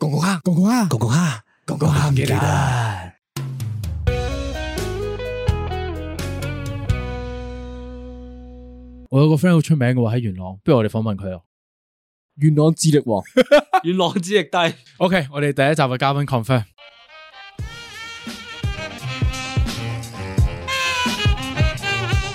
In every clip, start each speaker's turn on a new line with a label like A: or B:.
A: Kongoja, Kongoja, Kongoja, Kongoja Gera.
B: 我有個 friend 好出名嘅喎喺元朗，不如我哋訪問佢啊。
A: 元朗智力 王，
C: 元朗之力低，
B: OK，我哋第一集嘅嘉賓 confirm。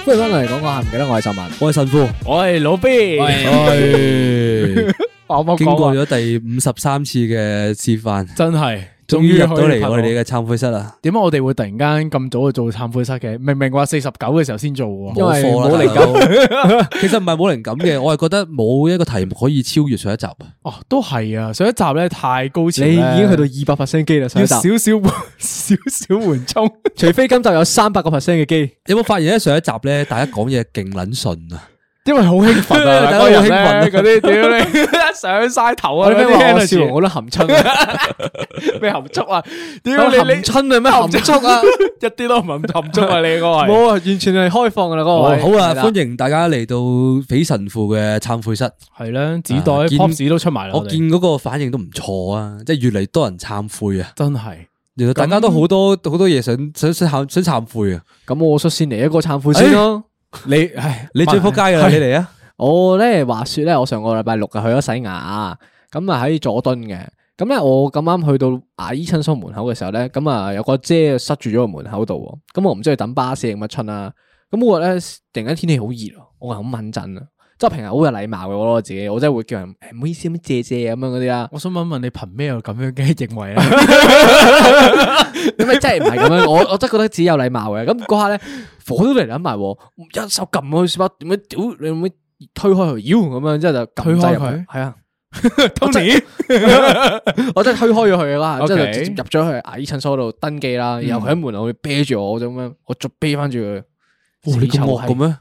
A: 歡迎翻嚟講講下，唔記得我係十萬，我係神父。
B: 我係老 B，
D: 系
B: 我冇
D: 经过
B: 講啊
D: 咗第五十三次嘅示範，
B: 真係
D: 終於入到
B: 可以拍
D: 嚟我哋嘅懺悔室啦。
B: 點解我哋會突然間咁早就做懺悔室嘅？明明話四十九嘅時候先做
D: 因
B: 喎。
A: 為
D: 冇
A: 冇靈
D: 感， 其實唔係冇靈感嘅，我係覺得冇一個題目可以超越上一集。啊
B: 哦，都係啊！上一集咧太高潮
A: 你
B: 呢，
A: 已經去到二百 percent 機啦，上
B: 要
A: 一
B: 少
A: 集，
B: 少 緩少少緩衝。
A: 除非今集有三百個 percent 嘅機，
D: 你有冇發現咧？上一集咧，大家講嘢勁撚順啊！
B: 因為好興奮啊，
D: 大家
B: 嗰
D: 好
B: 人
D: 興奮啊
B: 咧嗰啲屌你 一上晒頭啊！
A: 我
B: 嗰
A: 哋
B: 啲
A: 咩我
B: energy
A: 笑容我都含春啊，
B: 咩含蓄啊？屌你你
A: 含春啊咩含
B: 蓄啊？ 一啲都唔含含蓄啊！你嗰個係
A: 冇啊，完全係開放噶啦嗰個
D: 好
A: 位。
D: 啊，
A: 係啦
D: 歡迎大家嚟到匪神父嘅懺悔室。
B: 係啦，紙
D: 啊
B: 袋
D: 見
B: pop 都出埋啦，
D: 我
B: 哋
D: 見嗰個反應都唔錯啊，即係越嚟越多人懺悔啊！
B: 真係。
D: 原來大家都好多好多嘢想想想懺想懺悔啊！
A: 咁我率先嚟一個懺悔先咯。
B: 你唉，
D: 你最仆街噶啦，你嚟啊！
A: 哎我咧話說咧，我上個禮拜六啊去咗洗牙，咁啊喺佐敦嘅。咁啊咧我咁啱去到牙醫診所門口嘅時候咧，咁啊有個姐塞住咗個門口度喎。咁我唔知佢等巴士定乜春啦。咁嗰日咧突然間天氣好熱啊，我係好敏感啊。即係平日好有禮貌嘅我咯，自己我真係會叫人誒唔好意思咁借借啊咁樣嗰啲啦。
B: 我想問問你憑咩有咁樣嘅認 為咧？啊
A: 咁咪真係唔係咁樣，我我真係覺得自己有禮貌嘅。咁嗰下咧，火都嚟諗埋喎，一手撳佢書包，點樣屌你咁樣推開佢，妖咁樣，之後就
B: 推
A: 撳
B: 開
A: 掣入
B: 佢
A: 去，係啊。
B: Tony，
A: 我真係推開咗佢啦，
B: OK
A: 之後就直接入咗去牙醫診所度登記啦，然後佢喺門口啤住我咁樣，我再啤翻住佢。
D: 哇，你咁惡嘅
B: 啊
D: 咩？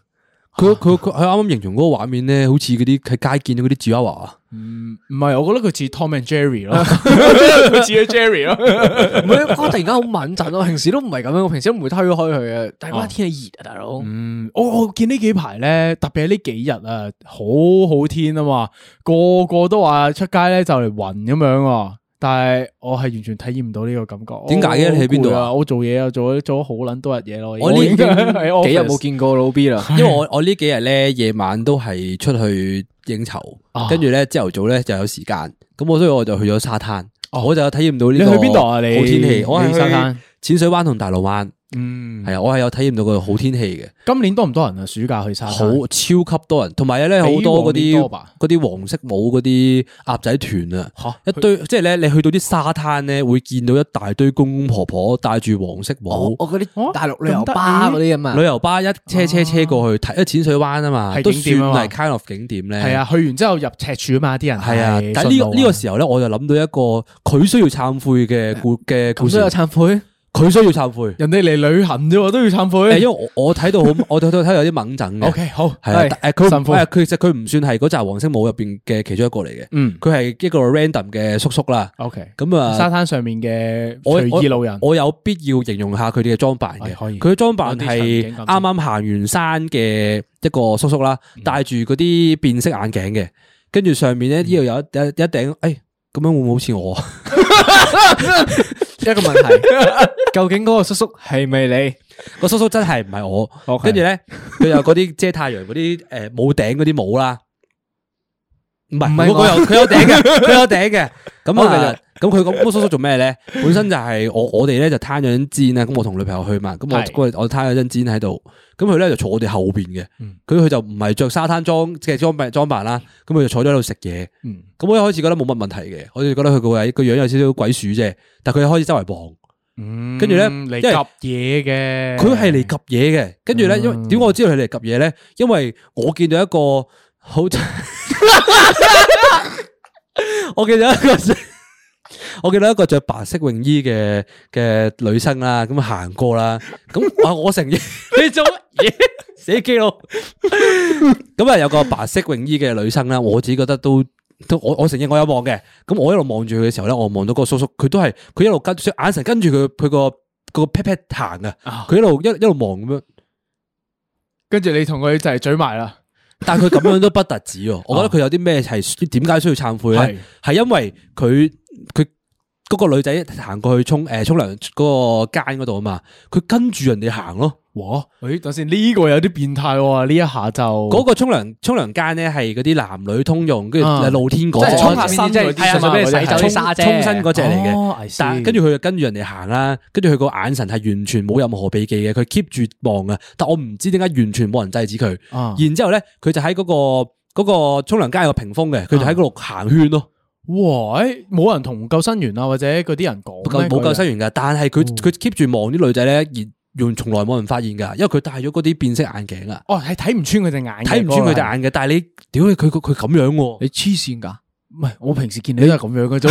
D: 佢佢佢佢啱啱形容嗰個畫面咧，好似嗰啲喺街見到嗰啲芝娃娃啊，
B: 唔係，我覺得佢似 Tom and Jerry 咯，佢似咗 Jerry 咯。
A: 唔係，我突然間好敏感，我平時都唔係咁樣，我平時都唔會推開佢嘅。但係嗰日天氣熱啊，大佬，
B: 嗯，我我見呢幾排咧，特別係呢幾日啊，好好天啊嘛，個個都話出街咧就嚟暈咁樣啊。但係我係完全體驗唔到呢個感覺。
D: 點解嘅
B: 我
D: 你喺邊度啊哦
B: 好攰我做嘢啊，做咗做咗好撚多日嘢咯。
D: 我呢
B: 已經喺 office
A: 幾日冇見過老 B 啦。
D: 因為我我呢幾日咧夜晚都係出去應酬
B: 啊，
D: 跟住咧朝頭早咧就有時間，咁我所以我就去咗沙灘，我就體驗到
B: 哦你
D: 呢個
B: 去邊度啊？你
D: 好天氣，我係
B: 你
D: 去
B: 沙灘。
D: 淺水灣同大浪灣，
B: 嗯，
D: 係啊，我係有體驗到個好天氣嘅，
B: 今年多唔多人啊？暑假去沙灘？
D: 好超級多人，同埋咧好多嗰
B: 比往年多
D: 啲
B: 吧
D: 嗰啲黃色帽嗰啲鴨仔團啊。
B: 吓
D: 一堆即係咧，你去到啲沙灘咧，會見到一大堆公公婆婆戴住黃色帽，
A: 我嗰
B: 哦
A: 啲大陸旅遊巴嗰啲咁
D: 旅
A: 啊，
D: 遊巴一車車車過去，睇一淺水灣啊
B: 哦
D: 嘛，
B: 係
D: 都
B: 景
D: 算
B: 點啊嘛
D: 係 kind of 景點咧。
B: 係啊，，去完之後入赤柱啊嘛，啲人
D: 係啊。但係呢
B: 順路
D: 個呢個時候咧，我就諗到一個佢需要懺悔嘅故嘅故
A: 咁
D: 事
A: 都，有懺悔。
D: 佢需要懺悔。
B: 人哋嚟旅行啫喎，都要懺
D: 誒，
B: 悔。
D: 因為我我睇到好，我睇到睇到有啲猛整嘅。
B: O K，好，
D: 係啊，但誒佢
B: 神
D: 唔
B: 父
D: 誒佢其實佢唔算係嗰扎黃色帽入邊嘅其中一個嚟嘅，
B: 嗯
D: 佢係一個 random 嘅叔叔啦。
B: ，O K，
D: 咁啊，
B: 沙灘上面嘅
D: 我
B: 隨意路人，
D: 我有必要形容下佢哋嘅裝扮嘅
B: 係。可以
D: 佢嘅裝扮
B: 嗯有啲
D: 係
B: 場景感
D: 啱
B: 嗯
D: 啱行完山嘅一個叔叔啦，戴住嗰啲變色眼鏡嘅，跟住上面咧
B: 嗯
D: 呢度有一一一頂，誒咁樣會唔會好似我？啊
A: 一個問題，究竟嗰個叔叔係咪你？
D: 個叔叔真係唔係我。
B: OK
D: 跟住咧，佢有嗰啲遮太陽嗰啲誒冇頂嗰啲帽啦，唔係
A: 唔係
D: 佢
A: 我
D: 佢有佢有頂嘅，佢有頂 嘅。咁
A: 好繼
D: 啊
A: 續，
D: 咁佢咁嗰個叔叔做咩咧？本身就係我我哋咧就攤咗張氈啊，咁我同女朋友去嘛，咁我
B: 係
D: 嗰日我攤咗張氈喺度，咁佢咧就坐我哋後邊嘅，
A: 嗯
D: 佢佢就唔係着沙灘裝嘅裝扮裝扮啦，咁佢就坐咗喺度食嘢。
B: 嗯
D: 咁我一開始覺得冇乜問題嘅，我就覺得佢個位個樣有少少鬼鼠啫，但佢開始周圍望。
B: 嗯
D: 跟住呢
B: 嚟
D: 因為
B: 夾嘢嘅，
D: 佢係嚟及嘢嘅，跟住咧，因為點我知道佢嚟及嘢咧？因為我見到一個好， 我記得一個 我記得一個着白色泳衣嘅嘅女生啦，咁行過啦，咁 啊我承認你做乜嘢 死基佬？咁啊有個白色泳衣嘅女生啦，我自己覺得都都我我承認我有望嘅，咁我一路望住佢嘅時候咧，我望到嗰個叔叔，佢都係佢一路跟眼神跟住佢佢個個 pat pat 行啊，佢一路一一路望咁樣。
B: 跟住你同佢就係嘴埋啦，
D: 但係佢咁樣都不特止喎，
B: 啊
D: 我覺得佢有啲咩係點解需要懺悔咧？係因為佢佢嗰個女仔行過去沖誒沖涼嗰個間嗰度啊嘛，佢跟住人哋行咯。
B: 哇！诶，等先呢個有啲變態喎，呢一下就
D: 嗰個沖涼沖涼間咧係嗰啲男女通用，跟住
B: 啊
D: 露天嗰
B: 即
D: 隻
B: 係沖下身
A: 即
B: 嗰啲
A: 係純粹俾你洗走啲沙啫，
D: 沖身嗰隻嚟嘅。
B: 哦，I see
D: 但跟住佢就跟住人哋行啦，跟住佢個眼神係完全冇任何避忌嘅，佢 keep 住望啊。但我唔知點解完全冇人制止佢。
B: 啊
D: 然之後咧，佢就喺嗰、個嗰、個沖涼間有個屏風嘅，佢就喺嗰度行圈咯。
B: 哇！诶，冇人同救生員啊，或者嗰啲人講
D: 冇
B: 咩
D: 冇救生員㗎，但係佢佢 keep 住望啲女仔咧，而完從來冇人發現㗎，因為佢戴咗嗰啲變色眼鏡啊，
B: 哦，係睇唔穿佢隻眼嘅，
D: 睇唔穿佢隻眼嘅。但係你屌佢佢佢佢咁樣 喎，
A: 你黐線㗎！
B: 唔係，我平時見你都係咁樣嘅啫。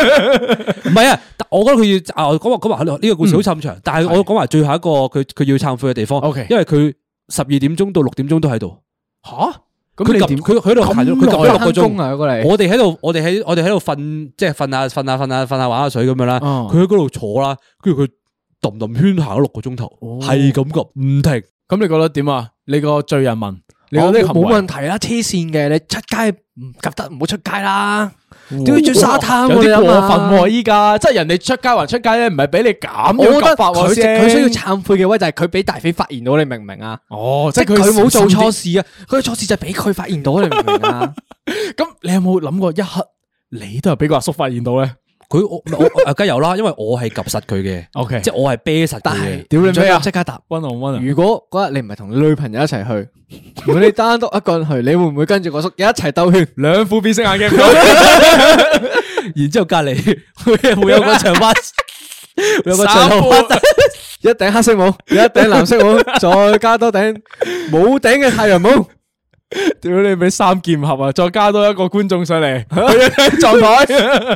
D: 唔係啊！但我覺得佢要啊，我講話講話呢個故事好冗長，但係我講埋最後一個佢佢要懺悔嘅地方
B: OK
D: 因為佢十二點鐘到六點鐘都喺度，
B: 吓，
D: 佢
B: 你
D: 撳
B: 點
D: 佢佢喺度行咗佢撳咗六個
A: 咁耐坑
D: 鐘
A: 工啊嗰個嚟
D: 我哋喺度我哋喺我哋喺度瞓，即係瞓下瞓下瞓下瞓下玩下水咁樣啦，
B: 哦
D: 佢喺嗰度坐啦，跟住佢氹氹圈行咗六個鐘頭，係咁撳唔停。
B: 咁你覺得點啊？你個罪人民，你覺
A: 我
B: 得呢個行為
A: 冇問題啦，黐線嘅，你出街唔及得，唔好出街啦。屌要住沙灘
B: 哦有
A: 喎，你
B: 啲
A: 諗
B: 過
A: 下
B: 分喎！依家即係人哋出街還出街咧，唔係俾你咁
A: 我覺
B: 樣
A: 得
B: 急法喎
A: 佢
B: 先
A: 佢需要懺悔嘅位就係佢俾大肥發現到，你明唔明啊？
B: 哦，即
A: 即
B: 係
A: 係佢冇做錯
B: 錯。
A: 事啊，佢嘅錯事就係俾佢發現到，你明唔明啊？
B: 咁你有冇諗過一刻你都係俾個阿叔發現到咧
D: 佢我我我梗有啦，因為我係及實佢 嘅，
B: ？OK，
D: 即
B: 即
D: 係我係啤實佢
A: 但係
D: 嘅。
B: 屌你
A: 唔准
B: 咩啊
A: 我即刻答。
B: 温on 温啊！
A: 如果嗰日你唔係同你女朋友一齊去，如果你單獨一個人去，你會唔會跟住個叔一齊兜圈？
B: 兩副變色眼 鏡唔
D: 然之後隔離 會有個長 髮，會有個長頭髮
B: 到，
A: 一頂黑色帽，一頂藍色帽，再加多頂冇頂嘅太陽帽。
B: 屌你俾三劍俠啊！再加多一個觀眾上嚟撞台。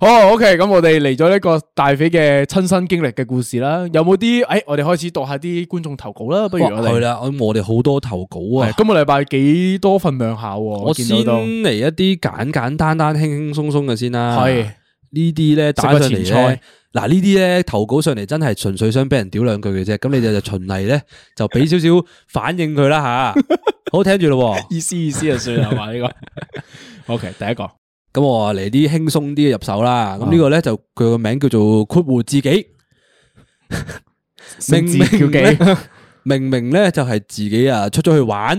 B: 好 OK，咁我哋嚟咗呢個大肥嘅親身經歷嘅故事啦。有冇啲誒？我哋開始讀下啲觀眾投稿啦。不如我
D: 哇係
B: 哋
D: 啦，咁我哋好多投稿啊
B: 係。今個禮拜幾多份量下喎？我
D: 我先
B: 見到都
D: 嚟一啲簡簡單單、輕輕鬆鬆嘅先啦。
B: 係
D: 呢啲咧打上嚟
B: 食個前菜
D: 咧，嗱呢啲咧投稿上嚟真係純粹想俾人屌兩句嘅啫。咁你哋就循例咧就俾少少反應佢 啦吓，好聽住咯喎。
B: 意思意思就算係嘛？呢個 OK，第一個
D: 咁我嚟啲輕鬆啲嘅入手啦。
B: 啊
D: 咁呢個咧就佢個名叫做括弧自己，
B: 叫
D: 明明咧
B: 幾
D: 明明咧就係自己啊出咗去玩，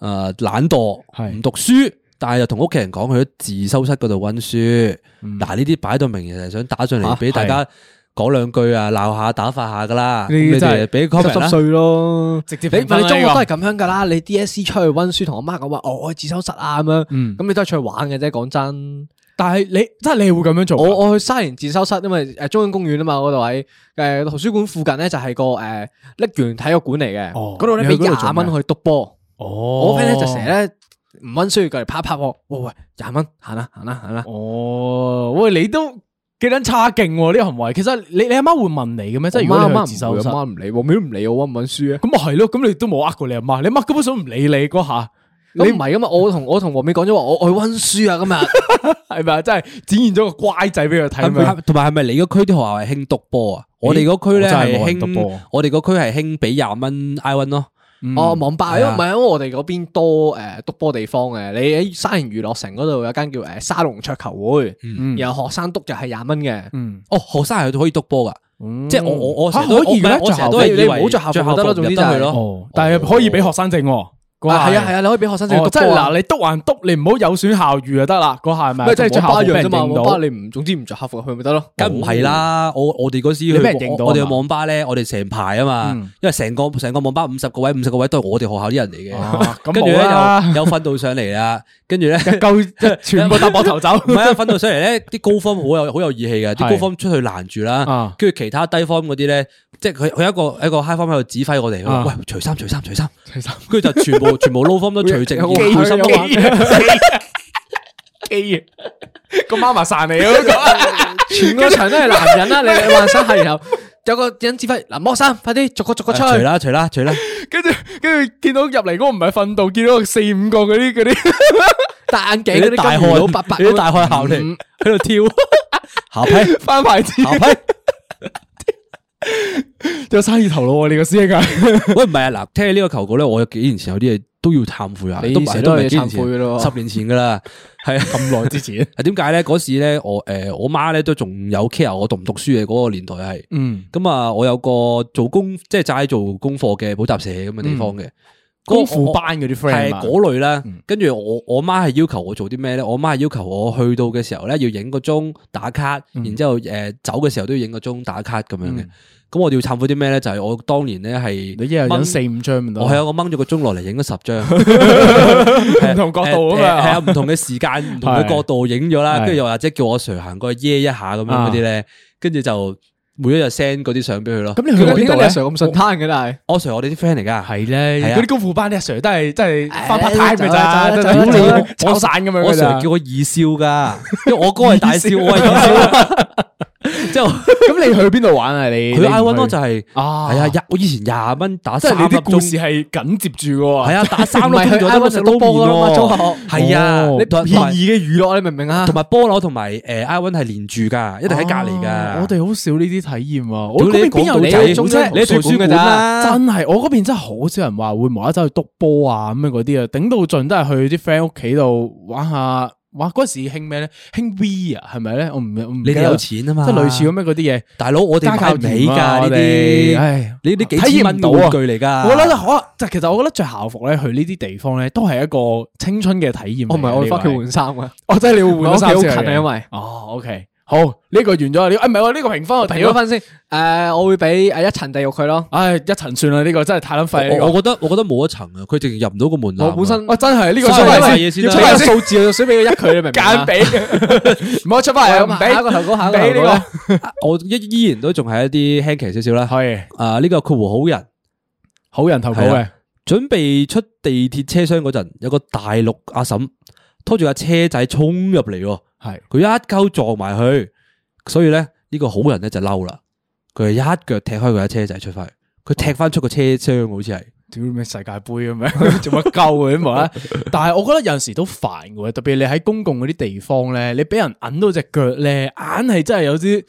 D: 诶懶惰，
B: 係
D: 唔讀書，但係又同屋企人講佢喺自修室嗰度温書。
B: 嗯
D: 嗱呢啲擺到明，其實係想打上嚟俾大家講兩句啊，鬧下打發下噶啦。
B: 呢啲
D: 咁你
B: 真係
D: 哋俾
A: 濕
D: comment
A: 濕
D: 啦。
A: 碎咯，
B: 直接
A: 你
B: 評分啦
A: 你中學
B: 啊呢
A: 都
B: 個
A: 係咁樣噶啦，你 DSE 出去温書，同我媽講話，哦我去自修室啊咁樣，
B: 嗯
A: 咁你都係出去玩嘅啫。講真，
B: 但係你真係你會咁樣做㗎？
A: 我我去沙田自修室，因為誒中央公園啊嘛，嗰度喺誒圖書館附近咧就係個誒瀝源體育館嚟嘅，
B: 哦
A: 嗰度咧
B: 你
A: 俾
B: 去嗰度做
A: 廿蚊
B: 咩
A: 去督波。
B: 哦，
A: 我 friend 咧就成日咧唔温書，過嚟啪啪我，喂喂廿蚊行啦行啦行啦，
B: 哦，喂，你都幾撚差勁喎呢個行為。其實你你阿媽會問你嘅咩？即係如果
A: 我
B: 你
A: 媽
B: 去
A: 媽
B: 自
A: 唔會
B: 修室，
A: 阿媽唔理我，咩都唔理我温唔温書啊。
B: 咁咪係咯，咁你都冇呃過你阿媽，你阿媽根本上唔理你嗰下，
A: 咁唔係噶嘛，我同我同黃美講咗話，我我去温書啊今日。
B: 係咪啊？真係展現咗個乖仔俾佢睇
D: 係
B: 咁
D: 咪
B: 樣。
D: 同埋係咪你嗰區啲學校係興督波啊？我哋嗰區咧
B: 我真係
D: 係
B: 冇人督
D: 興
B: 波，
D: 我哋嗰區係興俾廿蚊 I one 咯。
B: 嗯
A: 哦，網吧，
D: 係
A: 因為
D: 啊
A: 唔係因為我哋嗰邊多誒督波地方嘅，你喺沙田娛樂城嗰度有間叫誒沙龍桌球會，
B: 嗯
A: 然後學生督就係廿蚊嘅。
B: 嗯，
D: 哦，學生係可以督波噶，即係我我我
B: 嚇
D: 成日都
B: 可以嘅
D: 我唔係我
B: 着
D: 成
B: 校
D: 日
B: 服
D: 都係以
A: 你唔好
D: 為
A: 着校服
D: 着
A: 就得啦
D: 唔
A: 總之
D: 入
A: 就係
D: 去咯。
B: 哦，但係可以俾學生證喎。嗰
A: 啊
B: 下
A: 係啊係啊，你可以俾學生仔
B: 哦
A: 督
B: 即係
A: 波啊。
B: 嗱，你督還督，你唔好有損校譽就得啦。嗰下係咪啊？
A: 咪即係
B: 就冇
A: 着
B: 校
A: 巴
B: 服
A: 一
B: 俾
A: 樣
B: 人
A: 啫嘛，
B: 認
A: 網吧
B: 到。
A: 你唔總之唔着校服入去咪得咯。
D: 梗唔係啦，我我哋嗰
B: 哦
D: 時
B: 你俾人
D: 去
B: 認到
D: 我我哋
B: 係嘛
D: 網吧咧，我哋成排啊嘛，
B: 嗯
D: 因為成個成個網吧五十個位，五十個位都係我哋學校啲人嚟
B: 啊
D: 嘅。
B: 咁
D: 跟住咧
B: 冇啦
D: 有有訓導上嚟啦，跟住咧
B: 夠全部搭膊頭走。
D: 唔係啊，訓導上嚟咧，啲高方好有好有義氣嘅，啲
B: 係
D: 高方出去攔住啦
B: 啊，
D: 跟住其他低方嗰啲咧，即係佢佢一個一個 high 方喺度指揮我哋，佢話
B: 啊
D: 喂除衫除衫除衫，
B: 除衫
D: 跟住就全部全部 low 方都除淨
A: 有個
D: 要小心啊嘛。
A: 有個
B: 機嘅，個媽咪散你啊嗰 個，
A: 全個場都 係男人啦，你你幻想下，然後有個人指揮嗱剝衫，快啲逐個逐個出
D: 除
A: 去。
D: 啦除啦除啦，
B: 跟住跟住見到入嚟嗰個唔係訓導，見到四五個嗰啲嗰啲，
A: 戴眼
D: 你
A: 鏡
D: 啲
A: 嗰啲
D: 大
A: 大
D: 汗，
A: 佬白白，
D: 你啲大汗校嚟喺度嗯 跳，下批
B: 翻牌子，
D: 下批。
B: 有生意頭腦喎，你個師兄啊！
D: 喂，唔係啊，嗱，聽起呢個求告咧，我有幾年前有啲嘢都要懺悔下，
A: 你
D: 都唔
A: 成
D: 係
A: 日
D: 都唔
A: 都
D: 係
A: 有
D: 幾年
A: 懺悔嘅咯
D: 前，十年前噶啦，係啊。
B: 咁耐之前，
D: 係點解咧？嗰時咧，我诶、我媽咧都仲有 care 我讀唔讀書嘅嗰個年代係。
B: 嗯，
D: 咁啊，我有個做功即係齋做功課嘅補習社咁嘅地方嘅
B: 功夫班嗰啲 friend 啊
D: 係
B: 嘛嗯
D: 嗰類啦。跟住我我媽係要求我做啲咩咧？我媽係要求我去到嘅時候咧，要影個鐘打卡，
B: 嗯
D: 然之後诶、誒走嘅時候都要影個鐘打卡咁樣嘅。咁、我哋要懺悔啲咩咧？就係我當年咧係
B: 你一日
D: 掹
B: 影四五張咁
D: 我
B: 多，
D: 係有我掹咗個鐘落嚟影咗十 張，
B: 唔同角度啊嘛
D: 係啊，唔同嘅 時間、唔同嘅角度影咗
B: 係
D: 啦，
B: 啊
D: 跟住又或者叫我 Sir 行過去耶一下咁樣嗰啲咧，跟住就每一日 send 嗰啲相俾佢咯。
B: 咁你去過邊
A: 點
B: 度
A: 解你阿
B: 咧
A: Sir 咁順攤嘅？但係
D: 我 Sir 我哋啲 friend 嚟噶，
B: 係咧
D: 係啊
B: 嗰啲功夫班啲阿 Sir 都係真係翻 part time
A: 唉走
B: 嘅
A: 啦
B: 咋，
A: 走啦
B: 真
A: 走啦走啦
B: 係
A: 走啦
B: 炒散咁樣
D: 我
B: 嘅
D: Sir
B: 咋
D: 叫。我二少 噶，因為我哥係大少，我係二少。之後
B: 咁你去邊度玩啊？你
D: 佢 I
B: 你唔
D: one
B: 去
D: 咯，就係
B: 啊
D: 係啊，廿我以前廿蚊打
B: 即係你
D: 三粒
B: 啲故事
D: 鐘，
B: 係緊接住嘅喎。
D: 係啊，打三粒
A: 唔係
D: 鐘
A: 去
D: 咗
A: I
D: 都
A: one
D: 食
A: 食
D: 刀
A: 刀波㗎啦嘛
D: 麵
A: 中
D: 喎，係啊，
B: 哦
A: 你
D: 同埋
A: 便宜嘅娛樂，你明唔明啊
D: 同？埋菠蘿同埋誒 I one 係連住㗎，一定喺隔離
B: 啊我
D: 㗎。
B: 哋好少呢啲體驗喎。我
D: 屌
B: 嗰邊
D: 你
B: 邊有
D: 講到
B: 你
D: 仔
B: 嗰種
D: 好
B: 啫？
D: 你喺圖書館㗎咋
B: 真係我嗰邊真係好少人話會無啦啦走去篤波啊咁樣嗰啲啊，頂到盡都係去啲 friend 屋企度玩下。哇！嗰時興咩咧？興 V 啊，係咪咧？我唔我唔
D: 你
B: 記得
D: 哋
B: 啦
D: 有錢啊嘛，
B: 即係類似咁樣嗰啲嘢。
D: 大佬，我哋
B: 家
D: 買
B: 教
D: 唔起
B: 片啊
D: 㗎呢
B: 我哋
D: 啲，
B: 唉，
D: 你啲幾
B: 體驗
D: 千
B: 唔
D: 蚊
B: 到
D: 嘅
B: 啊
D: 玩具嚟㗎。
B: 我覺得可就其實我覺得着校服咧去呢啲地方咧都係一個青春嘅體驗嚟嘅。
D: 哦
A: 我唔係我翻屋企
B: 呢位
A: 換衫啊，
B: 哦，即係你會換咗衫
A: 我屋企
B: 先
A: 好
B: 去
A: 近啊
B: 嘅
A: 因為
B: 哦，OK，好，呢個完咗啦，呢個，誒唔係喎，呢個評分我
A: 我
B: 評
A: 評
B: 咗
A: 咗
B: 分，
A: 分先。誒，我會俾誒一層地獄佢咯。
B: 唉，一層算啦，呢個真係太撚廢
D: 我
B: 啦，
D: 我覺得我覺得冇一層啊，佢直情入唔到個門檻啊。
A: 我本身
B: 我真係呢個
D: 出
B: 出
D: 嚟
B: 嚟
D: 先
B: 先，
D: 要
B: 要
D: 出
B: 出
D: 嚟
B: 嚟
A: 數字我就水俾佢一佢，你 明唔明
B: 揀
A: 啊？
B: 俾，唔好出翻嚟啊，唔
A: 喂下一個
B: 俾，
A: 頭哥，下
B: 唔
A: 一
B: 俾
A: 個頭
B: 呢
A: 哥啦。
B: 個，
D: 我依依然都仲係一啲輕奇少少啦。
B: 係
D: 啊，呢個括弧好人
B: 好人投稿
D: 係
B: 嘅
D: 啊，準備出地鐵車廂嗰陣，有個大陸阿嬸拖住架車仔衝入嚟喎，
B: 係
D: 佢一鳩撞埋去，所以咧呢個好人咧就嬲啦，佢係一腳踢開佢架車仔出翻去，佢踢翻出個車廂好似係。
B: 屌咩世界盃咁樣， 做乜鳩嘅咁 啦？啊但係我覺得有陣時都煩嘅喎，特別你喺公共嗰啲地方咧，你俾人揞到只腳咧，硬係真係有啲，即